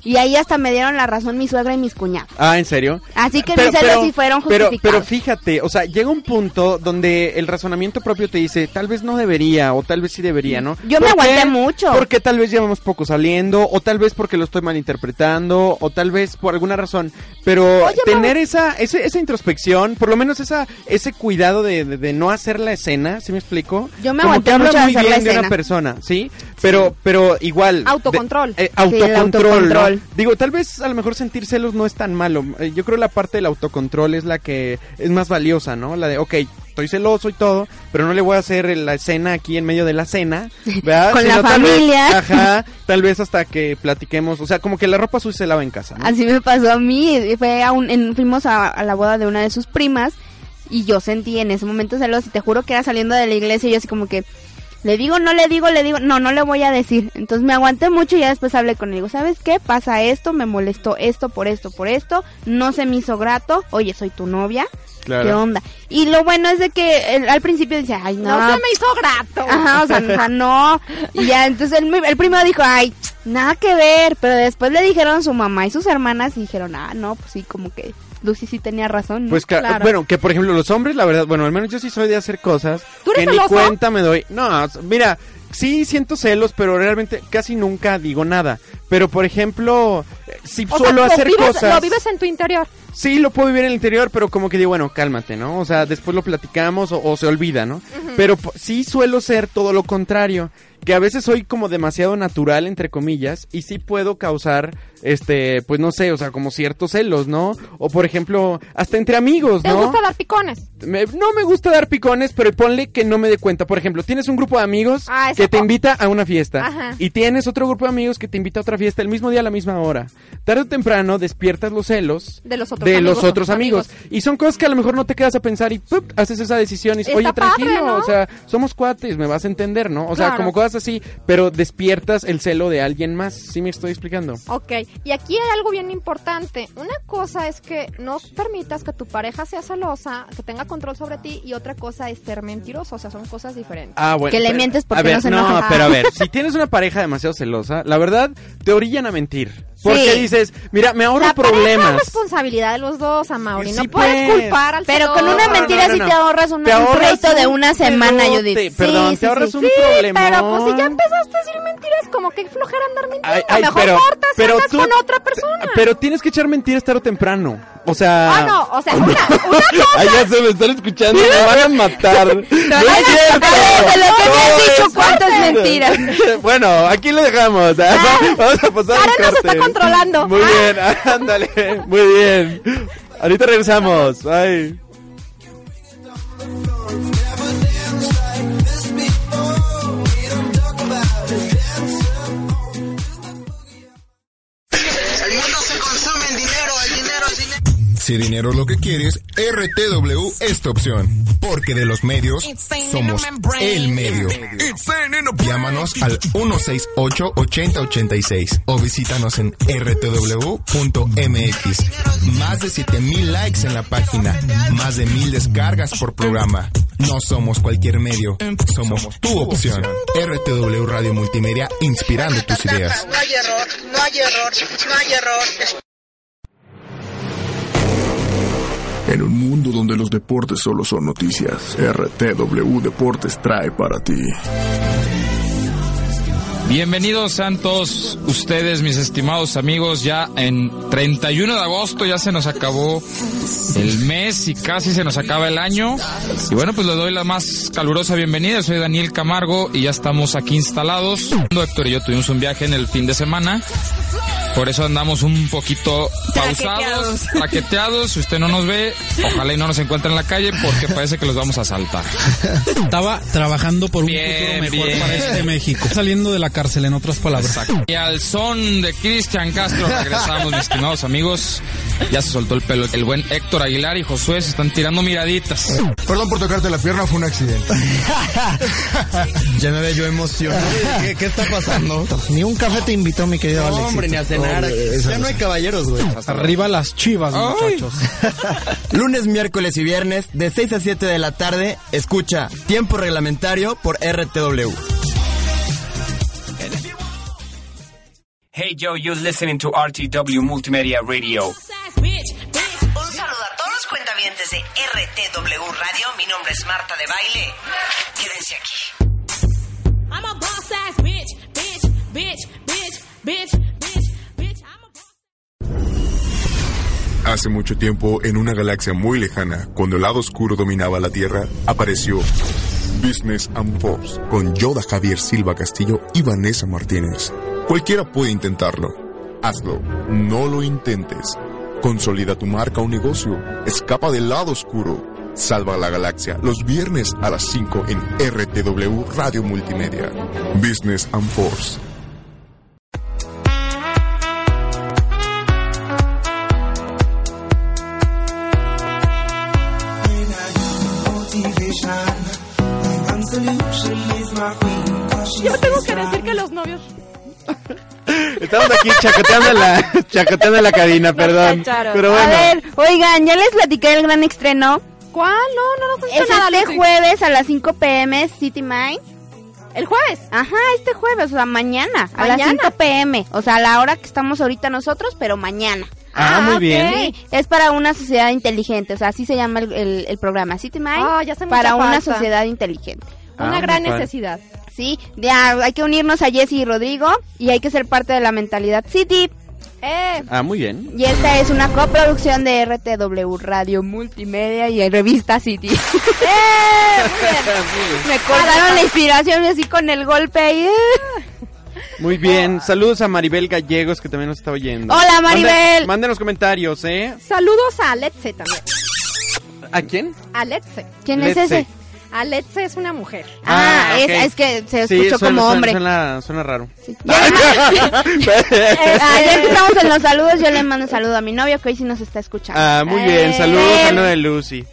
y ahí hasta me dieron la razón mi suegra y mis cuñados.
Ah, ¿en serio?
Así que mis celos sí fueron
pero,
justificados.
pero fíjate, o sea, llega un punto donde el razonamiento propio te dice, tal vez no debería o tal vez sí debería, ¿no?
Yo me
¿Por
aguanté mucho.
Porque tal vez llevamos poco saliendo, o tal vez porque lo estoy malinterpretando, o tal vez por alguna razón. Pero tener esa, ese- esa introspección, por lo menos esa, ese cuidado de, de- de no hacer la escena, ¿sí me explico?
Yo me
Como
aguanté
que habla
mucho de
muy
hacer la
bien de una
escena.
persona, ¿sí? Pero, pero igual. de-
Autocontrol.
eh,
el
autocontrol.
autocontrol.
¿no? Digo, tal vez a lo mejor sentir celos no es tan malo. Eh, Yo creo la parte del autocontrol es la que es más valiosa, ¿no? La de, ok, estoy celoso y todo, pero no le voy a hacer la escena aquí en medio de la cena, ¿verdad?
Con la
tal vez-
familia.
ajá, tal vez hasta que platiquemos. O sea, como que la ropa sucia se lava en casa, ¿no?
Así me pasó a mí. y Fue a un- en- fuimos a, a la boda de una de sus primas y yo sentí en ese momento celos. Y te juro que era saliendo de la iglesia y yo así como que, le digo, no le digo, le digo, no, no le voy a decir. Entonces me aguanté mucho y ya después hablé con él. Digo, ¿sabes qué? Pasa esto, me molestó esto, por esto, por esto. No se me hizo grato. Oye, soy tu novia. ¿Qué onda? Y lo bueno es de que él al principio dice, ay, no.
No,
Ah.
se me hizo grato.
Ajá, o sea, o sea, no. Y ya, entonces el, el primo dijo, ay, nada que ver. Pero después le dijeron su mamá y sus hermanas y dijeron, ah, no, pues sí, como que Lucy sí tenía razón. ¿no?".
Pues ca-
Claro.
bueno, que por ejemplo los hombres, la verdad, bueno, al menos yo sí soy de hacer cosas
¿Tú eres
que ni
celoso?
cuenta me doy. No, s- mira, sí siento celos, pero realmente casi nunca digo nada. Pero por ejemplo, eh, sí
O sea,
suelo
lo
hacer
vives-
cosas.
Lo vives en tu interior.
Sí, lo puedo vivir en el interior, pero como que digo, bueno, cálmate, ¿no? O sea, después lo platicamos o, o se olvida, ¿no? Pero po- sí suelo ser todo lo contrario, que a veces soy como demasiado natural, entre comillas, y sí puedo causar, este, pues no sé, o sea, como ciertos celos, ¿no? O por ejemplo, hasta entre amigos,
¿Te
Pues ¿no?
gusta dar picones?
Me- no me gusta dar picones, pero ponle que no me dé cuenta. Por ejemplo, tienes un grupo de amigos
Ah, esa
que te
po-
invita a una fiesta
Ajá.
y tienes otro grupo de amigos que te invita a otra fiesta el mismo día a la misma hora. Tarde o temprano despiertas los celos
De los otros
de
amigos,
los otros
otros
amigos. Y son cosas que a lo mejor no te quedas a pensar y ¡pup! haces esa decisión y dices,
Está
oye, tranquilo,
padre, ¿no?
o sea, somos cuates, me vas a entender, ¿no? O sea,
Claro.
como cosas así, pero despiertas el celo de alguien más. ¿Sí me estoy explicando?
Ok, Y aquí hay algo bien importante. Una cosa es que no permitas que tu pareja sea celosa, que tenga control sobre ti, y otra cosa es ser mentiroso. O sea, son cosas diferentes.
Ah, bueno.
Que le
pero-
mientes porque
a ver,
no se enoja.
pero a ver, si tienes una pareja demasiado celosa, la verdad, te orillan a mentir. Porque
Sí.
dices, mira, me ahorro
La pareja es
problemas.
responsabilidad de los dos, Amaury. No
Sí,
puedes
pues.
culpar al
Pero con
celoso.
una
no,
mentira
no,
sí
no.
te ahorras un,
Te
un
ahorras
pleito de
un
una semana,
pedote,
Judith. Sí,
perdón,
sí,
te ahorras
sí.
un
Sí,
problemón.
pero pues si ya empezaste a decir mentiras, como que flojera andar mintiendo.
Ay, ay,
Mejor
pero-
cortas y
pero
andas
tú-
con otra persona.
Pero tienes que echar mentiras tarde o temprano. O sea.
Ah, no, o sea, una, una cosa.
Ay, ya se me están escuchando, me van a matar. No, es cierto.
A ver, de lo que me
No
has dicho,
es
¿cuántas
cierto.
mentiras?
bueno, aquí lo dejamos. Vamos a pasar
Karen
un
nos está
corte.
controlando.
Muy bien, ándale. Muy bien. Ahorita regresamos. Ay.
Si dinero es lo que quieres, RTW es tu opción. Porque de los medios, somos el medio. Llámanos al 168-8086 o visítanos en rtw.mx. Más de 7000 likes en la página, más de 1000 descargas por programa. No somos cualquier medio, somos tu opción. RTW Radio Multimedia, inspirando tus ideas.
En un mundo donde los deportes solo son noticias, RTW Deportes trae para ti.
Bienvenidos sean todos ustedes, mis estimados amigos, ya en 31 de agosto ya se nos acabó el mes y casi se nos acaba el año. Y bueno, pues les doy la más calurosa bienvenida, soy Daniel Camargo y ya estamos aquí instalados. Héctor y yo tuvimos un viaje en el fin de semana, por eso andamos un poquito pausados, paqueteados. Si usted no nos ve, ojalá y no nos encuentre en la calle porque parece que los vamos a saltar.
Estaba trabajando por un futuro
Bien,
mejor
bien.
para este México. Saliendo de la cárcel, en otras palabras.
Y al son de Cristian Castro regresamos, mis estimados amigos. Ya se soltó el pelo. El buen Héctor Aguilar y Josué se están tirando miraditas.
Perdón por tocarte la pierna, fue un accidente. ya me veo yo emocionado. ¿Qué, qué está pasando?
Ni un café te invitó, mi querido
No,
Alexito.
hombre, ni a cenar.
Hombre, esa
ya no hay
es-
caballeros, güey.
Arriba las chivas, muchachos.
Lunes, miércoles y viernes, de 6 a 7 de la tarde, escucha Tiempo Reglamentario por RTW.
Hey Joe, you're listening to RTW Multimedia Radio.
Un saludo a todos los cuentavientes de RTW Radio. Mi nombre es Marta de Baile. Quédense aquí.
I'm a boss ass bitch, bitch, bitch, bitch, bitch, bitch, bitch.
Hace mucho tiempo, en una galaxia muy lejana, cuando el lado oscuro dominaba la Tierra, apareció Business and Pops con Yoda Javier Silva Castillo y Vanessa Martínez. Cualquiera puede intentarlo. Hazlo. No lo intentes. Consolida tu marca o negocio. Escapa del lado oscuro. Salva la galaxia los viernes a las 5 en RTW Radio Multimedia. Business and Force.
Yo tengo que decir que los novios.
Estamos aquí chacoteando la, chacoteando la cabina, perdón. Pero
A
bueno.
ver, oigan, ya les platiqué el gran estreno.
¿Cuál? No, no nos has dicho
Es
nada,
este
Lucy.
jueves a las 5 pm, City Mind.
¿El jueves?
Ajá, este jueves, o sea, mañana, a las
Mañana.
5 pm. O sea, a la hora que estamos ahorita nosotros, pero mañana.
Ah, muy bien.
Sí, es para una sociedad inteligente, o sea, así se llama el, el- el programa, City Mind.
Ah, ya hace mucha
para una
falta.
sociedad inteligente.
Una Ah, gran muy padre. necesidad.
Sí, ya, hay que unirnos a Jesse y Rodrigo y hay que ser parte de la mentalidad City.
Eh,
Ah, muy bien.
Y esta es una coproducción de RTW Radio Multimedia y Revista City. Me cortaron la inspiración así con el golpe eh. ahí.
Muy bien. Saludos a Maribel Gallegos, que también nos está oyendo.
Hola, Maribel.
Mande- Mándenos comentarios, ¿eh?
saludos a Aletze también.
¿A quién?
Aletze.
¿Quién es Letze. ese?
Aletze es una mujer.
Ah,
ok.
es- es que se
Sí, suena-
escuchó como
suena-
hombre.
Suena, suena raro.
Eh, ayer que estamos en los saludos, yo le mando un saludo a mi novio que hoy sí nos está escuchando.
Ah, muy bien.
Eh,
Saludos a de Lucy.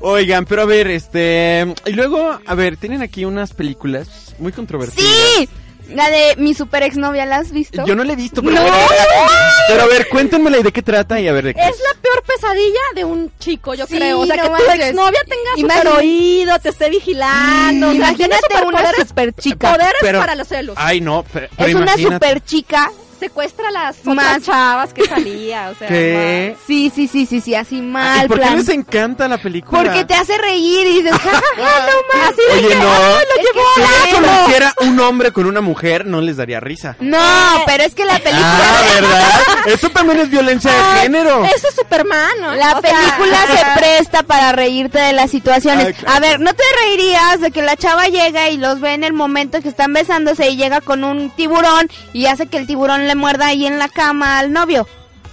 Oigan, pero a ver, este. Y luego, a ver, tienen aquí unas películas muy controvertidas.
Sí, La de mi super exnovia, ¿la has visto?
Yo no la he visto,
pero.
pero,
¡No!
bueno, pero a ver, cuéntenmela y de qué trata y a ver de qué.
Es la peor pesadilla de un chico, yo
Sí,
creo. O sea,
no
que tu
manches.
exnovia tenga
Imagínate.
super oído, te esté vigilando. o sea, tiene
Imagínate una
superpoderes-
super chica.
Poderes
Pero-
para los celos.
Ay, no, pero, pero
Es una
imagínate.
super chica.
Secuestra a las otras chavas que salía, o sea.
¿Qué? Ah,
Sí, sí, sí, sí, sí, así
¿Y
mal.
por qué
plan.
les encanta la película?
Porque te hace reír y dices, "Ja, ja, ja, no más.
Oye, no.
"Ah, lo llevó.
Si eso
claro.
lo hiciera un hombre con una mujer, no les daría risa.
No, pero es Ah, que la película.
Ah, ¿verdad? Eso también es violencia de género.
Eso es Superman, ¿no?
La
O sea,
película
ajá.
se presta para reírte de las situaciones.
Ay, claro.
A ver, ¿no te reirías de que la chava llega y los ve en el momento que están besándose y llega con un tiburón y hace que el tiburón le muerda ahí en la cama al novio?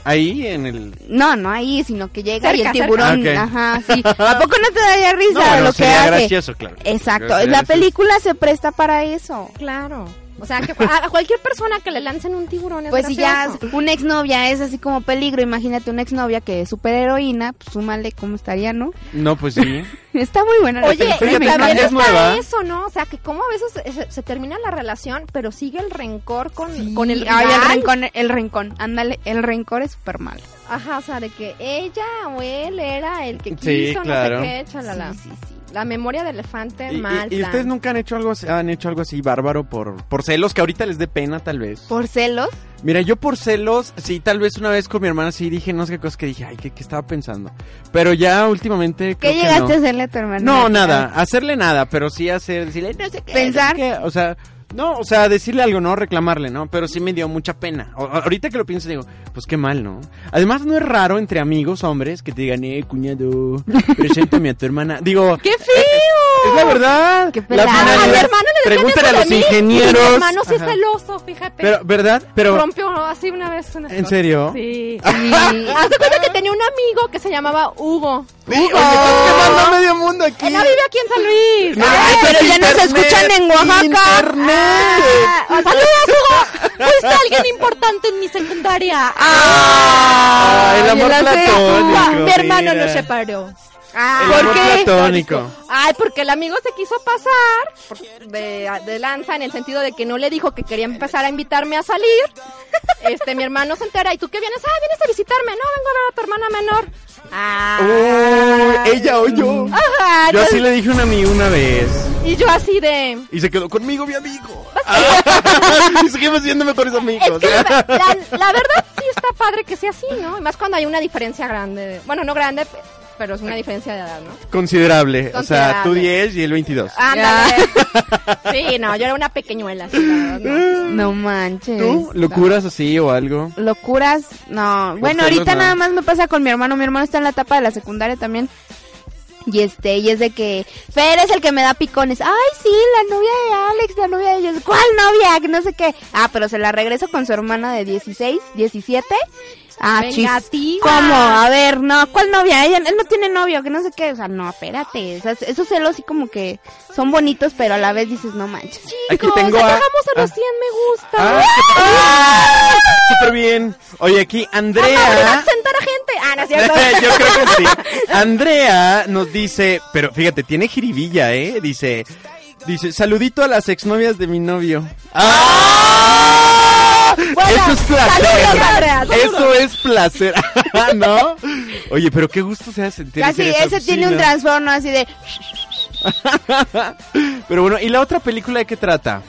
Ahí en el...
No, no ahí, sino que llega y el
Cerca, cerca.
tiburón,
Ah, ok.
ajá, sí. ¿A poco no te daría risa
No, bueno,
lo que
sería
hace? Eh,
gracioso, claro.
Exacto,
Sería
la
gracioso.
película se presta para eso.
Claro. O sea, que a a cualquier persona que le lancen un tiburón es
Pues si ya
gracioso.
una exnovia es así como peligro, imagínate una exnovia que es superheroína, pues súmale cómo estaría, ¿no?
No, pues sí.
Está muy buena la
Oye,
película, me
también
encanta.
está
nueva.
eso, ¿no? O sea, que como a veces se, se termina la relación, pero sigue el rencor con,
Sí,
con el
ay, el
rival.
rincón, el rincón, ándale, el rencor es súper malo.
Ajá, o sea, de que ella o él era el que
Sí,
quiso,
claro.
no sé qué, chalala. La memoria de elefante
Y, y-
mal.
y
plan.
ustedes nunca han hecho algo así, han hecho algo así bárbaro por, por celos que ahorita les dé pena tal vez.
¿Por celos?
Mira, yo por celos, sí, tal vez una vez con mi hermana sí dije no sé qué cosa que dije, ay, ¿qué, qué estaba pensando? Pero ya últimamente
¿Qué
creo que
llegaste
no.
a hacerle a tu hermana?
No, nada, hacerle nada, pero sí hacer, decirle, no sé qué.
Pensar.
no sé qué, o sea, no, o sea, decirle algo, no reclamarle, ¿no? Pero sí me dio mucha pena. O- a- ahorita que lo pienso digo, pues qué mal, ¿no? Además, no es raro entre amigos hombres que te digan, eh, cuñado, preséntame a tu hermana. Digo,
¡Qué feo!
es la verdad. la
Ah,
finalidad-
mi hermano le decían
Eh, Pregúntale
eso
a
de
los
mí,
ingenieros.
Mi hermano sí es
Ajá.
celoso, fíjate.
Pero, ¿verdad? Pero,
Rompió así una vez una
¿En serio?
Sí. Haz de cuenta que tenía un amigo que se llamaba Hugo.
Oye, estás quemando a medio mundo aquí.
Él no vive aquí en San Luis.
No, esto es internet, internet.
Ah, ¡Saludos, Hugo! Fuiste alguien importante en mi secundaria. Ah,
el amor
la sé,
platónico,
Juan, Mi hermano
mira.
lo separó.
El amor platónico.
Ay, porque el amigo se quiso pasar por- de, de lanza en el sentido de que no le dijo que quería empezar a invitarme a salir. Este, mi hermano se entera. ¿Y tú qué vienes? Ah, vienes a visitarme. No, vengo a ver a tu hermana menor.
Ah,
Uy, ella o yo.
Ajá,
Yo
yo-
así le dije a un amigo una vez.
Y yo así de...
Y se quedó conmigo, mi amigo. Ah. y seguimos siendo mejores amigos.
La, la verdad sí está padre que sea así, ¿no? Y más cuando hay una diferencia grande. de- bueno, no grande, pe- pero es una diferencia de edad, ¿no?
Considerable. O sea, tú
Considerable.
10 y él 22.
Ándale. Sí, no, yo era una pequeñuela. sí, la verdad, no.
No manches.
¿Tú? ¿Locuras así o algo?
Locuras, no. Bueno,
celos,
ahorita
no.
nada más me pasa con mi hermano. Mi hermano está en la etapa de la secundaria también. Y este, y es de que Fer es el que me da picones. Ay, sí, la novia de Alex, la novia de ellos. ¿Cuál novia? Que no sé qué. Ah, pero se la regreso con su hermana de 16, 17. Ah, chis.
Vengativa.
¿Cómo? A ver, no, ¿cuál novia? Ella, él no tiene novio, que no sé qué. O sea, no, espérate. O sea, esos celos sí como que son bonitos, pero a la vez dices, no manches.
Aquí tengo a-
Llegamos a los
ah.
100 me gusta.
Ah, Súper bien. Oye, aquí Andrea.
sentar a gente. Ah, no es cierto.
Yo creo que sí. Andrea nos dice, pero fíjate, tiene jiribilla, ¿eh? Dice, dice, saludito a las exnovias de mi novio. ¡Ah! Eso es placer.
saludos, Andrea, saludos.
Eso es placer, ¿no? Oye, pero qué gusto se hace sentir.
Así,
hacer eso,
ese
sí,
tiene un
¿no?
trastorno así de...
Pero bueno, ¿y la otra película de qué trata?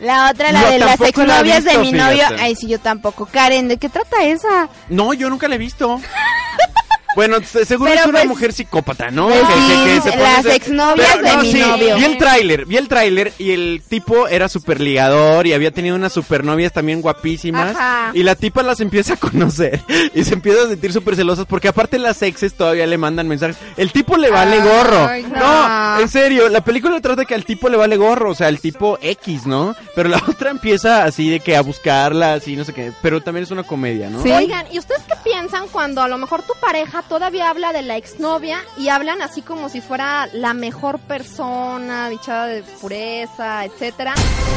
La otra, la
Yo
de las
tampoco la he
exnovias de
visto,
mi novio.
fíjate.
Ay, sí, yo tampoco. Karen, ¿de qué trata esa?
No, yo nunca la he visto. Bueno, se- seguro
Pero
es una
pues-
mujer psicópata, ¿no?
pues sí,
pone
las
ese-
exnovias de mi novio. ¿eh?
Vi el tráiler, vi el tráiler y el tipo era super ligador y había tenido unas supernovias también guapísimas.
Ajá.
Y la tipa las empieza a conocer y se empieza a sentir súper celosas porque aparte las exes todavía le mandan mensajes. El tipo le vale gorro. no. en serio, la película trata que al tipo le vale gorro, o sea, el tipo X, ¿no? Pero la otra empieza así de que a buscarla, así, no sé qué. Pero también es una comedia, ¿no?
Oigan, ¿y ustedes qué piensan cuando a lo mejor tu pareja todavía habla de la exnovia y hablan así como si fuera la mejor persona, dichada de pureza, etcétera.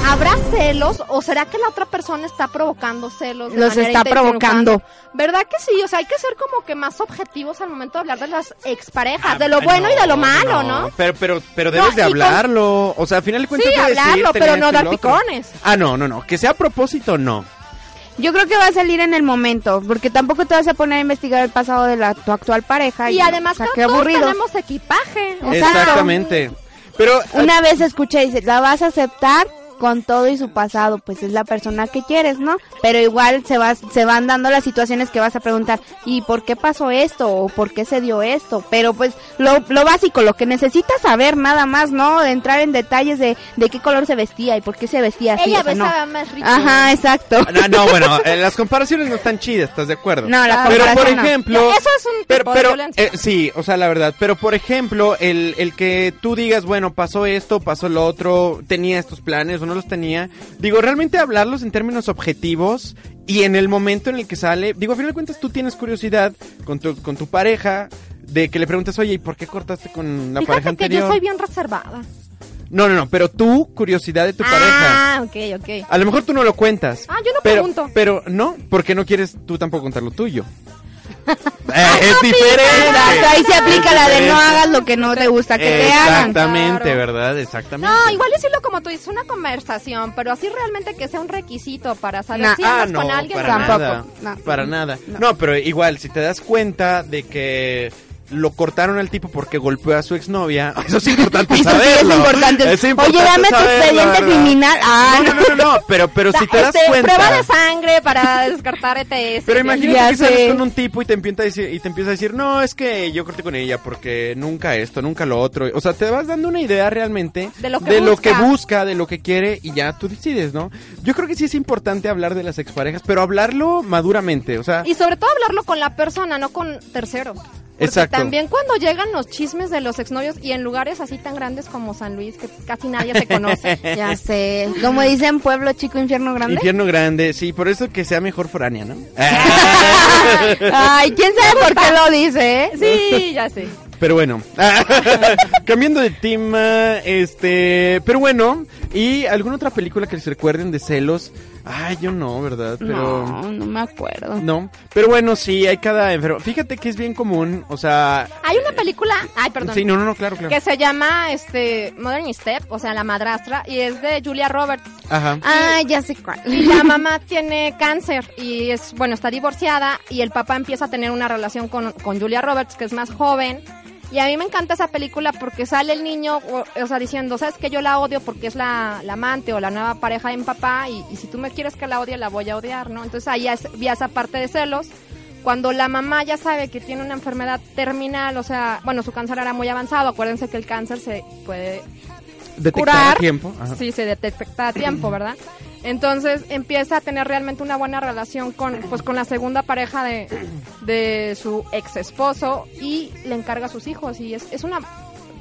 ¿Habrá celos o será que la otra persona está provocando celos? de
Los
manera
está provocando.
intencionada? ¿Verdad que sí? O sea, hay que ser como que más objetivos al momento de hablar de las exparejas, de lo
Ah,
bueno y de
no,
lo malo, ¿no?
Pero, pero, pero
No,
debes de
y con-
hablarlo. O sea, al final de cuentas.
Sí,
voy a decir,
hablarlo,
tenía
pero no
esto y
dar
lo otro.
picones.
Ah, no, no, no. Que sea a propósito, no.
Yo creo que va a salir en el momento, porque tampoco te vas a poner a investigar el pasado de la, tu actual pareja.
Y además,
o sea,
que
qué
todos
aburrido.
tenemos equipaje. o sea,
Exactamente. Pero.
Una vez escuché y dice, la vas a aceptar con todo y su pasado, pues es la persona que quieres, ¿no? Pero igual se vas, se van dando las situaciones que vas a preguntar, ¿y por qué pasó esto? ¿O por qué se dio esto? Pero pues lo, lo básico, lo que necesitas saber nada más, ¿no? Entrar en detalles de, de qué color se vestía y por qué se vestía así.
Ella
o sea, no.
besaba más rico.
eh.
Ajá, exacto.
No, no, bueno, eh, las comparaciones no están chidas, ¿estás de acuerdo?
No, la
Pero por
comparación no.
ejemplo.
Eso es un
Pero,
tipo de
pero,
violencia.
eh, sí, o sea, la verdad. Pero, por ejemplo, el, el que tú digas, bueno, pasó esto, pasó lo otro, tenía estos planes o no los tenía. Digo, realmente hablarlos en términos objetivos y en el momento en el que sale. Digo, a final de cuentas, tú tienes curiosidad con tu, con tu pareja de que le preguntas, oye, ¿y por qué cortaste con la pareja
Fíjate que
anterior?
yo soy bien reservada.
No, no, no, pero tú, curiosidad de tu pareja.
Ah, ok, ok.
A lo mejor tú no lo cuentas.
Ah, yo no
pero,
pregunto.
Pero no, porque no quieres tú tampoco contar lo tuyo. Eh, es
Exacto,
diferente.
ahí se aplica la de no
diferente.
hagas lo que no te gusta que te hagan.
Exactamente, ¿verdad? Exactamente.
No, igual decirlo como tú dices, una conversación, pero así realmente que sea un requisito para saber
Nah.
si
Ah,
andas
no,
con alguien
para
o no.
nada.
No.
Para nada. No. pero igual, si te das cuenta de que lo cortaron al tipo porque golpeó a su exnovia, eso es importante
Eso sí
saberlo.
es importante.
Es importante
Oye, dame tu
saberlo,
expediente
¿verdad?
criminal. Ah,
no, no, no, no, no, pero, pero si te das
Este,
cuenta.
Prueba de sangre para descartar E ETS.
Pero imagínate que
sé.
sales con un tipo y te empieza a decir, y te empieza a decir, no, es que yo corté con ella porque nunca esto, nunca lo otro. O sea, te vas dando una idea realmente
De lo que busca.
que busca, de lo que quiere y ya tú decides, ¿no? Yo creo que sí es importante hablar de las exparejas, pero hablarlo maduramente, o sea,
Y sobre todo hablarlo con la persona, no con tercero. Porque
Exacto.
también cuando llegan los chismes de los exnovios y en lugares así tan grandes como San Luis, que casi nadie se conoce.
Ya sé. Como dicen pueblo chico, infierno grande.
infierno grande, sí, por eso que sea mejor foránea, ¿no? Ah,
Ay, quién sabe por qué lo dice, ¿eh?
Sí, ya sé.
Pero bueno, cambiando de tema, este, pero bueno, ¿y alguna otra película que les recuerden de celos? Ay, yo no, ¿verdad? Pero... Mm.
No, no me acuerdo.
No, pero bueno, sí, hay cada enfermo. Fíjate que es bien común, o sea...
Hay una película, ay, perdón.
Sí, no, no, no, claro, claro.
Que se llama este Modern Step, o sea, La madrastra y es de Julia Roberts.
Ajá.
Ah, ya sé cuál.
Y la mamá tiene cáncer y es, bueno, está divorciada y el papá empieza a tener una relación con, con Julia Roberts, que es más joven. Y a mí me encanta esa película porque sale el niño, o, o sea, diciendo, sabes que yo la odio porque es la, la amante o la nueva pareja de mi papá y, y si tú me quieres que la odie, la voy a odiar, ¿no? Entonces ahí es- vi esa parte de celos. Cuando la mamá ya sabe que tiene una enfermedad terminal, o sea, bueno, su cáncer era muy avanzado, acuérdense que el cáncer se puede
Detectar a
curar.
tiempo. Ajá.
Sí, se detecta a tiempo, ¿verdad? Entonces empieza a tener realmente una buena relación con, pues, con la segunda pareja de, de su ex esposo y le encarga a sus hijos. Y es, es una,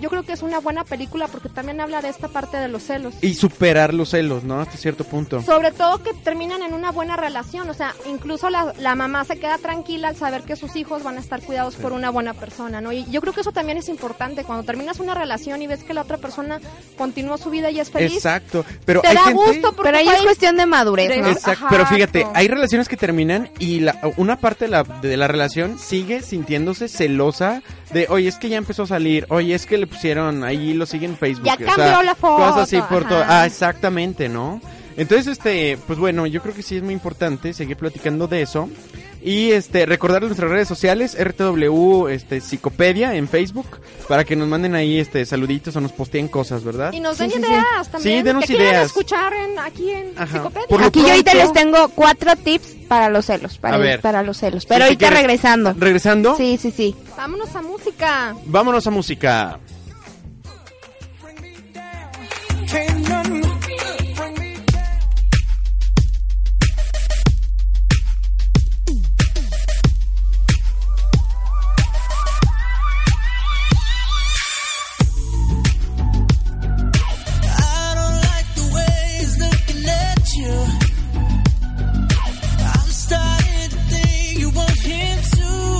yo creo que es una buena película porque también habla de esta parte de los celos.
Y superar los celos, ¿no? Hasta cierto punto.
Sobre todo que terminan en una buena relación, o sea, incluso la, la mamá se queda tranquila al saber que sus hijos van a estar cuidados
Sí.
por una buena persona, ¿no? Y yo creo que eso también es importante, cuando terminas una relación y ves que la otra persona continúa su vida y es feliz,
Exacto, pero
te
hay
da
gente...
gusto porque
Pero ahí es
puedes-
cuestión de madurez, ¿no?
Exacto, pero fíjate, hay relaciones que terminan y la, una parte de la, de la relación sigue sintiéndose celosa de, oye, es que ya empezó a salir, oye, es que le pusieron ahí, lo siguen en Facebook.
Ya
o sea,
cambió la foto,
Cosas así por
ajá.
todo. Ah, exactamente, ¿no? Entonces, este, pues bueno, yo creo que sí es muy importante seguir platicando de eso. Y este, recordar nuestras redes sociales, RTW este, Psicopedia en Facebook, para que nos manden ahí este saluditos o nos posteen cosas, ¿verdad?
Y nos
Ah, Sí,
den
sí, sí.
ideas también.
Sí, denos
que quieran
ideas.
escuchar en, aquí en
Ajá.
Psicopedia.
Por lo
Aquí yo ahorita
pronto-
les tengo cuatro tips para los celos, para,
A ver.
para los celos.
Sí,
Pero
si
ahorita
quieres-
regresando.
¿Regresando?
Sí, sí, sí.
Vámonos a música.
Vámonos a música.
Can none
I don't like the way he's looking at you. I'm starting to think you want him too.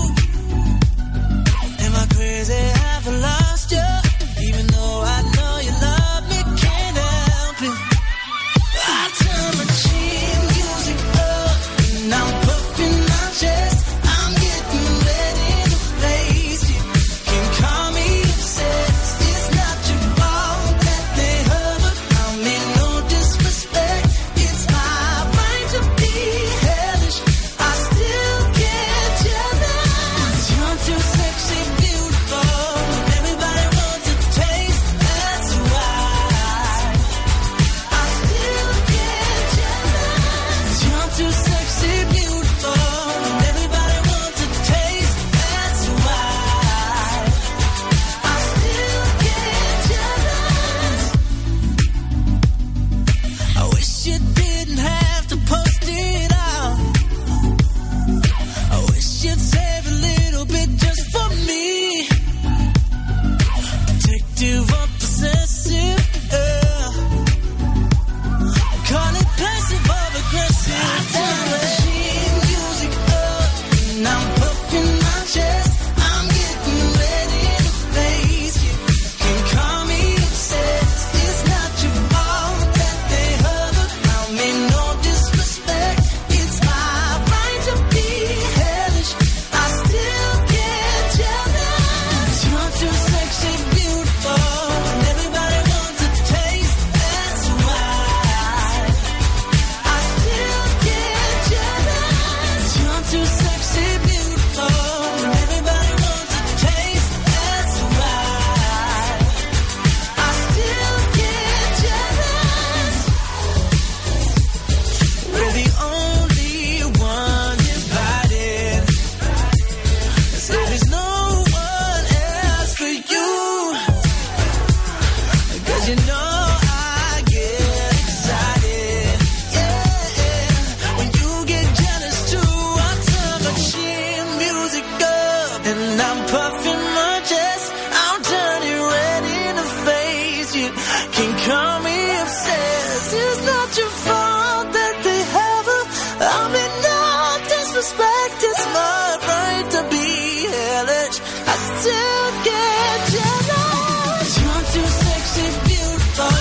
much, I still get jealous. You're too sexy, beautiful, and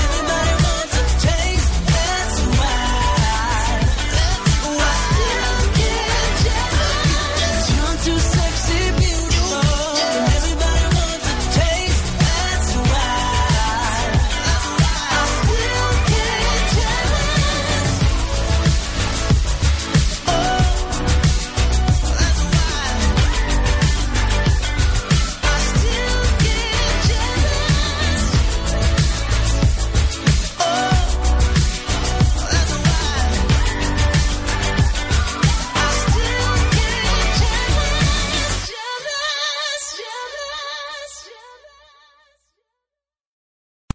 everybody wants a taste. That's why, that's why I still get jealous. You're too sexy, beautiful, and everybody wants a taste. That's why, that's why I still get jealous.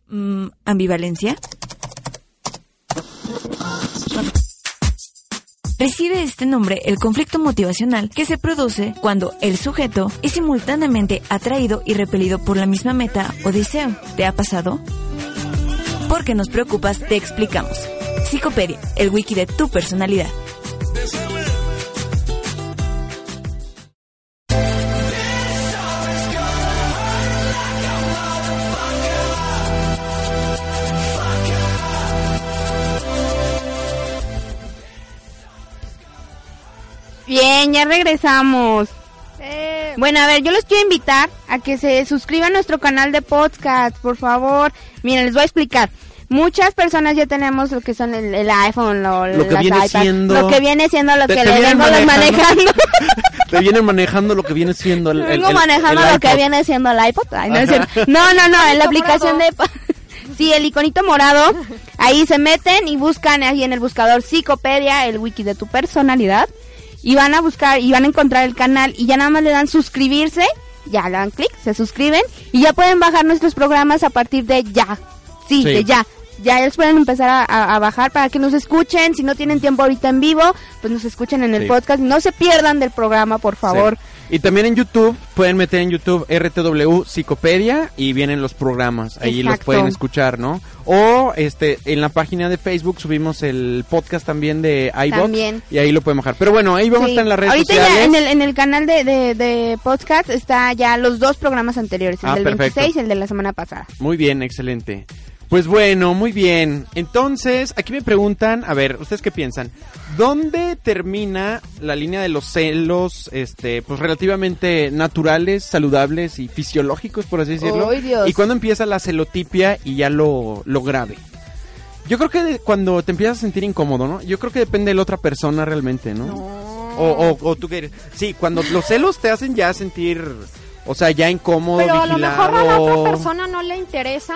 Mm, ambivalencia. Recibe este nombre el conflicto motivacional que se produce cuando el sujeto es simultáneamente atraído y repelido por la misma meta o deseo. ¿Te ha pasado? Porque nos preocupas, te explicamos. Psicopedia, el wiki de tu personalidad.
Bien, ya regresamos.
Eh,
Bueno, a ver, yo los quiero invitar a que se suscriban a nuestro canal de podcast, por favor. Miren, les voy a explicar. Muchas personas ya tenemos lo que son el, el iPhone, lo,
Lo que
las
viene
iPads,
siendo-
lo que viene siendo lo
Te-
que
te
le
vienen
vengo los
manejando.
manejando.
Te vienen manejando lo que viene siendo el. el-
vengo
el-
manejando
el
lo que
iPod.
viene siendo el iPod. Ay, no, es
Ajá.
cierto. no, no, no, en
Iconito
la aplicación de... Sí, el iconito morado. Ahí se meten y buscan ahí en el buscador Psicopedia, el wiki de tu personalidad. Y van a buscar y van a encontrar el canal y ya nada más le dan suscribirse. Ya le dan clic, se suscriben y ya pueden bajar nuestros programas a partir de ya. Sí,
Sí.
de ya. Ya ellos pueden empezar a, a- a bajar para que nos escuchen. Si no tienen tiempo ahorita en vivo, pues nos escuchen en el
Sí.
podcast. No se pierdan del programa, por favor.
Sí. Y también en YouTube, pueden meter en YouTube RTW Psicopedia y vienen los programas, ahí los
Exacto.
pueden escuchar, ¿no? O este en la página de Facebook subimos el podcast también de
También.
iBox y ahí lo pueden bajar. Pero bueno, ahí vamos a
Sí.
estar en las redes
Ahorita
sociales.
ya en el, en el canal de, de, de podcast está ya los dos programas anteriores, el
Ah,
del
perfecto.
26 y el de la semana pasada.
Muy bien, excelente. Pues bueno, muy bien. Entonces, aquí me preguntan, a ver, ¿ustedes qué piensan? ¿Dónde termina la línea de los celos, este, pues relativamente naturales, saludables y fisiológicos, por así decirlo?
¡Ay, Dios!
¿Y cuándo empieza la celotipia y ya lo, lo grave? Yo creo que de- cuando te empiezas a sentir incómodo, ¿no? Yo creo que depende de la otra persona realmente, ¿no? Oh, O, o, o tú que eres. Sí, cuando los celos te hacen ya sentir, o sea, ya incómodo,
Pero a lo
vigilado.
mejor a la otra persona no le interesa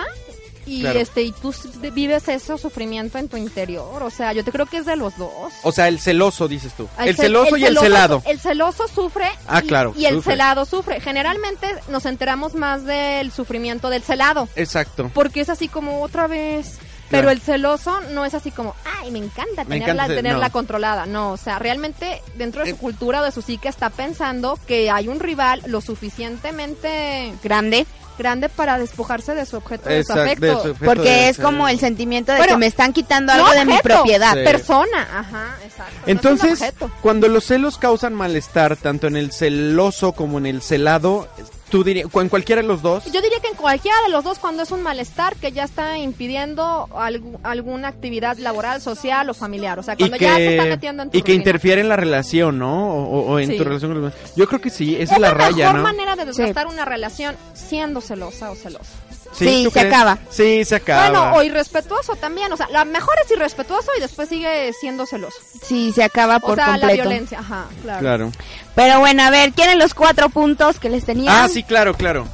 y
Claro.
este y tú s- vives ese sufrimiento en tu interior, o sea, yo te creo que es de los dos.
O sea, el celoso, dices tú. El,
ce-
celoso y el celado.
El celoso sufre
Ah,
y,
claro,
y el
sufre.
celado sufre. Generalmente nos enteramos más del sufrimiento del celado,
Exacto.
porque es así como otra vez.
Claro.
Pero el celoso no es así como, ay, me encanta
Me
tenerla,
encanta ser-
tenerla
no. Eh.
controlada. No, o sea, realmente dentro de su cultura o de su psique está pensando que hay un rival lo suficientemente
Grande.
grande para despojarse de su objeto, de su
Exacto, de
afecto.
su objeto
Porque
de-
es
eh, sí.
como el sentimiento de
Bueno,
que me están quitando
No
algo de mi
objeto,
propiedad.
Sí.
Persona, ajá, exacto.
Entonces,
no es un objeto.
cuando los celos causan malestar, tanto en el celoso como en el celado, tú dirías, en cualquiera de los dos,
Yo diría que en cualquiera de los dos, cuando es un malestar que ya está impidiendo algu- alguna actividad laboral, social o familiar. O sea,
y
cuando ya se está
que,
metiendo en tu
y que
rutina.
interfiere en la relación, ¿no? O, o- o en
Sí.
tu relación con los demás. Yo creo que sí, esa es,
Es
la raya,
mejor
¿no?
manera de desgastar una relación siendo celosa o celoso.
Sí,
¿tú
se acaba.
Sí, se acaba.
Bueno, o irrespetuoso también. O sea, la mejor es irrespetuoso y después sigue siendo celoso.
Sí, se acaba
O
por
sea, la
completo.
violencia, ajá, claro.
Claro.
Pero bueno, a ver, ¿quieren los cuatro puntos que les tenía?
Ah, sí, claro, claro.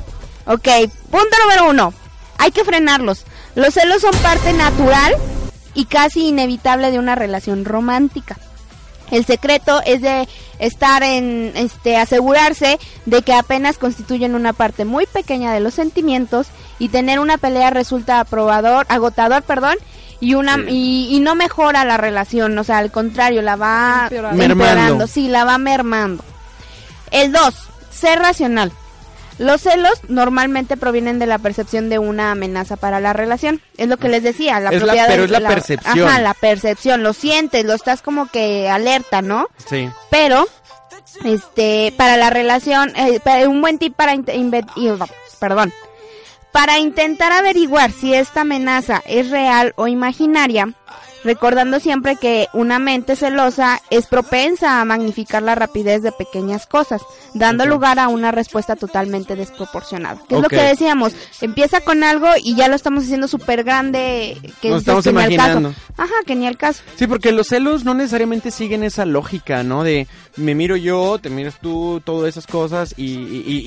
Ok, punto número uno. Hay que frenarlos. Los celos son parte natural y casi inevitable de una relación romántica. El secreto es de estar en, este, asegurarse de que apenas constituyen una parte muy pequeña de los sentimientos y tener una pelea resulta aprobador, agotador, perdón, y una y, y no mejora la relación, o sea, al contrario, la va
Empeorando.
empeorando, sí, la va mermando. El 2, ser racional. Los celos normalmente provienen de la percepción de una amenaza para la relación. Es lo que les decía, la
Es la-
propiedad
pero
de-
es la percepción.
Ajá, la percepción, lo sientes, lo estás como que alerta, ¿no?
Sí.
Pero Este, para la relación, eh, pa- un buen tip para int- inve- y- oh, perdón. Para intentar averiguar si esta amenaza es real o imaginaria, recordando siempre que una mente celosa es propensa a magnificar la rapidez de pequeñas cosas, dando lugar a una respuesta totalmente desproporcionada.
Ok.
Que es lo que decíamos, empieza con algo y ya lo estamos haciendo súper grande, que
Nos
dices
estamos
que ni al
imaginando.
caso. Ajá, que ni al caso.
Sí, porque los celos no necesariamente siguen esa lógica, ¿no? De me miro yo, te miras tú, todas esas cosas y, y- y-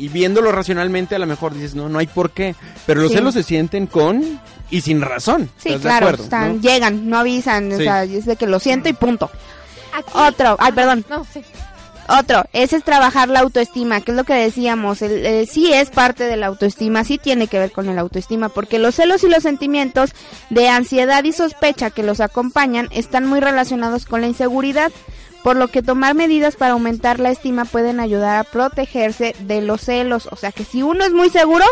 y- y viéndolo racionalmente a lo mejor dices, no, no hay por qué. Pero los
Sí.
celos se sienten con y sin razón.
Sí,
¿estás de
claro,
acuerdo,
están-
no?
llegan, no avisan, o
Sí. Mm.
sea, es de que lo siento y punto. Otro, ay, perdón.
No, sí.
Otro, ese es trabajar la autoestima, que es lo que decíamos, el, eh, sí es parte de la autoestima, sí tiene que ver con el autoestima, porque los celos y los sentimientos de ansiedad y sospecha que los acompañan están muy relacionados con la inseguridad, por lo que tomar medidas para aumentar la estima pueden ayudar a protegerse de los celos, o sea que si uno es muy seguro,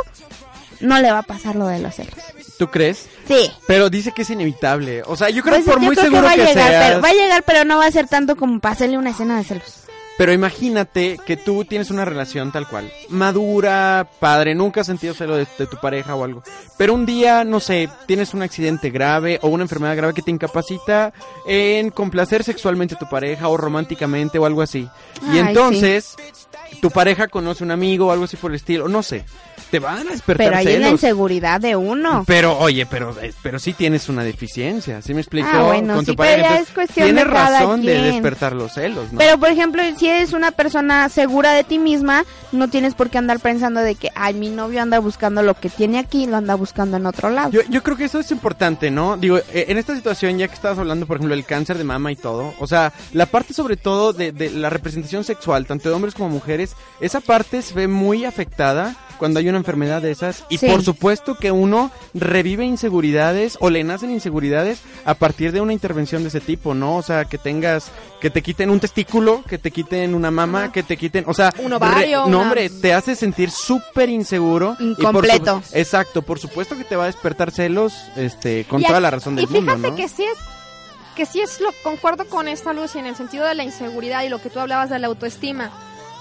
no le va a pasar lo de los celos.
¿Tú crees?
Sí.
Pero dice que es inevitable. O sea, yo creo
Pues
por
yo
muy
creo
seguro
que va
que,
a llegar,
seas-
pero va a llegar, pero no va a ser tanto como para hacerle una escena de celos.
Pero imagínate que tú tienes una relación tal cual. Madura, padre, nunca has sentido celo de, de tu pareja o algo. Pero un día, no sé, tienes un accidente grave o una enfermedad grave que te incapacita en complacer sexualmente a tu pareja o románticamente o algo así.
Ay,
Y entonces, tu pareja conoce un amigo o algo así por el estilo. No sé. Te van a despertar
Pero ahí es la
celos.
inseguridad de uno.
Pero, oye, pero, eh, pero sí tienes una deficiencia, ¿sí me explico?
Ah, bueno,
Con tu
sí,
pareja.
pero ya
Entonces,
es cuestión
tienes
de cada
razón de
quien.
despertar los celos, ¿no?
Pero, por ejemplo, si eres una persona segura de ti misma, no tienes por qué andar pensando de que, ay, mi novio anda buscando lo que tiene aquí y lo anda buscando en otro lado.
Yo, yo creo que eso es importante, ¿no? Digo, eh, en esta situación, ya que estabas hablando, por ejemplo, del cáncer de mama y todo, o sea, la parte sobre todo de, de la representación sexual, tanto de hombres como mujeres, esa parte se ve muy afectada cuando hay una enfermedad de esas. Y
Sí.
por supuesto que uno revive inseguridades o le nacen inseguridades a partir de una intervención de ese tipo, ¿no? O sea, que tengas, que te quiten un testículo, que te quiten una mama, que te quiten, o sea,
Un ovario,
re- no,
una-
hombre, te hace sentir súper inseguro. y por
Incompleto.
su- Exacto, por supuesto que te va a despertar celos, este, con
Y
toda
aquí-
la razón del
y fíjate
mundo, ¿no?
que sí es que sí es lo concuerdo con esta luz y en el sentido de la inseguridad y lo que tú hablabas de la autoestima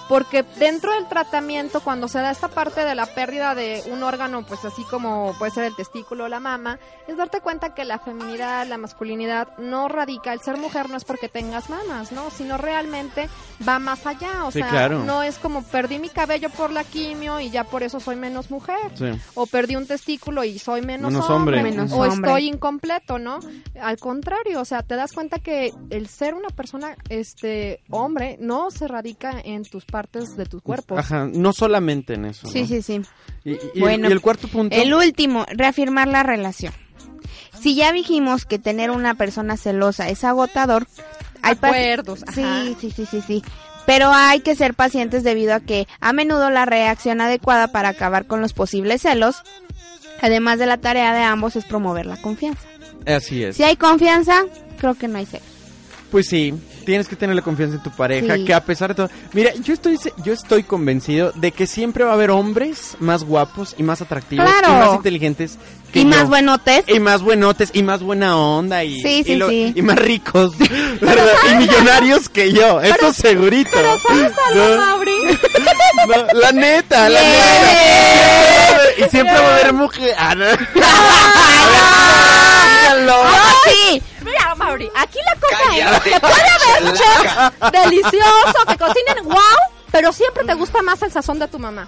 porque dentro del tratamiento cuando se da esta parte de la pérdida de un órgano pues así como puede ser el testículo o la mama es darte cuenta que la feminidad la masculinidad no radica el ser mujer no es porque tengas mamas no sino realmente va más allá o
Sí,
sea
claro.
no es como perdí mi cabello por la quimio y ya por eso soy menos mujer
Sí.
o perdí un testículo y soy menos,
Menos hombre.
hombre,
Menos
o
hombre.
estoy incompleto, ¿no? Al contrario, o sea, te das cuenta que el ser una persona este hombre no se radica en tus partes de tu cuerpo.
Ajá, no solamente en eso.
Sí,
¿no?
sí, sí.
Y, y- y el, y el cuarto punto.
El último, reafirmar la relación. Si ya dijimos que tener una persona celosa es agotador, hay pa-
Acuerdos, ajá.
Sí, sí, sí, sí, sí. Pero hay que ser pacientes debido a que a menudo la reacción adecuada para acabar con los posibles celos, además de la tarea de ambos, es promover la confianza.
Así es.
Si hay confianza, creo que no hay celos.
Pues sí, tienes que tener la confianza en tu pareja,
Sí.
que a pesar de todo... Mira, yo estoy, se- yo estoy convencido de que siempre va a haber hombres más guapos y más atractivos
Claro.
y más inteligentes. Que
Y más
buenotes. Y más buenotes y más buena onda y,
Sí,
y
sí, sí.
y más ricos ¿verdad? y millonarios que yo, eso segurito. ¿No? No, la neta, la neta. Y siempre va a haber mujer. Ah, no.
Ah,
Ahora
sí!
Mira, Mauri, aquí la cosa
Cállate,
es que puede haber
chalaca.
chefs delicioso que cocinen wow, pero siempre te gusta más el sazón de tu mamá.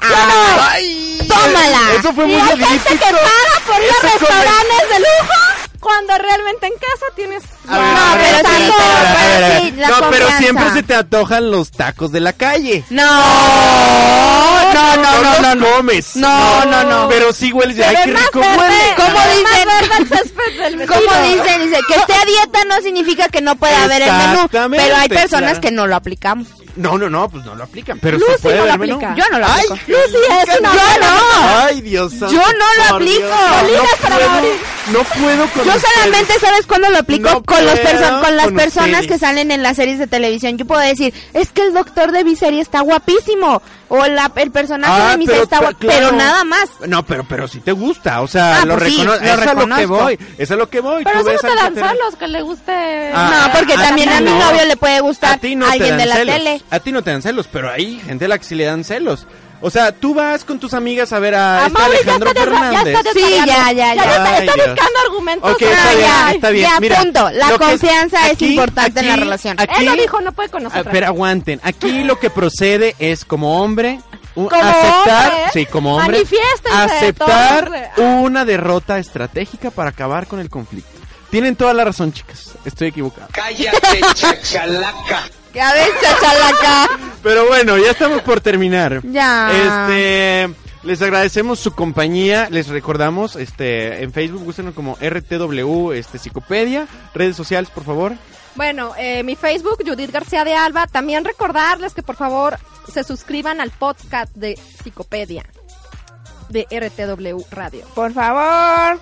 ¡Ay!
¡Tómala!
Eso fue
Y
muy
hay gente
elitista.
que paga por ir a
Ese
restaurantes de lujo cuando realmente en casa tienes...
No, pero sí, pero-
A ver, a ver.
sí, la
No, pero
confianza.
siempre se te antojan los tacos de la calle.
No, Ah, no, no, no, no,
los comes.
No, no, no.
Pero sí hueles. de,
Se
Ay,
ve
qué
más
rico
verde,
huele.
¿Cómo
del
dicen?
vecino.
¿Cómo dicen? Dice que esté a dieta no significa que no pueda haber el menú,
Exactamente,
pero hay personas
claro.
que no lo aplicamos.
No, no, no, pues no lo aplican. Pero
Lucy
se puede
no lo
ver menú.
aplica. Yo no lo
Ay,
aplico. Lucy es una
yo
buena.
Ay, Dios santo,
Yo no lo
por Dios.
aplico. Molinas para
puedo,
morir.
No puedo con
Yo
ustedes.
solamente sabes cuándo lo aplico
No
con los
puedo
perso- con las
con
personas
ustedes.
que salen en las series de televisión. Yo puedo decir, es que el doctor de mi serie está guapísimo o la- el personaje
Ah,
de mi
pero-
serie está
pero-
guapo,
claro.
pero nada más.
No, pero pero si te gusta, o sea,
Ah,
lo,
pues sí,
recono-
lo
eso es a lo que
reconozco.
voy, eso es lo que voy.
Pero
tú
eso no
ves
te
al que
dan
te-
solos, que le guste.
Ah,
no, porque
ah,
también a mi
no.
novio le puede gustar
A ti no te
alguien
dan
de la
celos.
tele.
A ti no te dan celos, pero hay gente a la que sí le dan celos. O sea, tú vas con tus amigas a ver a, este
Mauri ya
Alejandro
está, desma- ya
Fernández.
está
Sí,
desmayando.
ya, ya, ya.
está-
Ay,
está
Dios.
buscando argumentos.
Ok, está
Ah,
bien,
ya.
está bien.
ya,
Mira,
punto. La
lo que es-
confianza es,
aquí-
importante en la
aquí-
relación.
aquí-
Él lo dijo,
no puede con
Ah,
nosotros.
pero aguanten, aquí lo que procede es como hombre un-
Como
aceptar,
hombre,
sí, como hombre,
manifiéstense,
aceptar una derrota estratégica para acabar con el conflicto. Tienen toda la razón, chicas. Estoy equivocado.
Cállate, chachalaca.
Que a ver, chachalaca.
Pero bueno, ya estamos por terminar.
Ya.
Este, les agradecemos su compañía. Les recordamos, este, en Facebook búsquenos como RTW, este, Psicopedia. Redes sociales, por favor.
Bueno, eh, mi Facebook, Judith García de Alba. También recordarles que por favor se suscriban al podcast de Psicopedia de RTW Radio.
Por favor.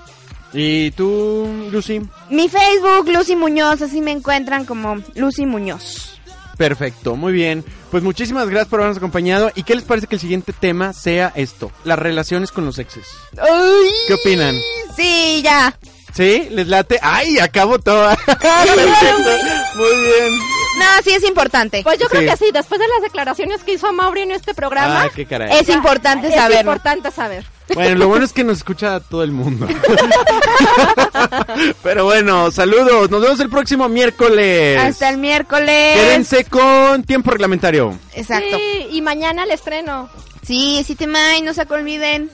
Y tú, Lucy.
Mi Facebook, Lucy Muñoz, así me encuentran como Lucy Muñoz.
Perfecto, muy bien. Pues muchísimas gracias por habernos acompañado. ¿Y qué les parece que el siguiente tema sea esto? Las relaciones con los exes.
Uy,
¿Qué opinan?
sí, ya.
¿Sí? ¿Les late? ¡Ay! Acabo toda. Perfecto. Muy bien.
No, sí es importante.
Pues yo creo
Sí.
que sí, después de las declaraciones que hizo Mauri en este programa,
Ah, qué caray.
Es importante
es
saberlo.
importante saber.
Bueno, lo bueno es que nos escucha todo el mundo. Pero bueno, saludos. Nos vemos el próximo miércoles.
Hasta el miércoles.
Quédense con tiempo reglamentario.
Exacto.
Sí, y mañana el estreno.
Sí, sí te may, no se olviden.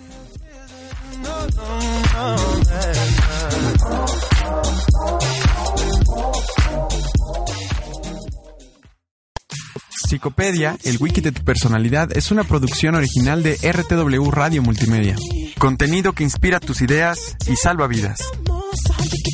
Psicopedia, el wiki de tu personalidad, es una producción original de RTW Radio Multimedia. Contenido que inspira tus ideas y salva vidas.
hermosa, de que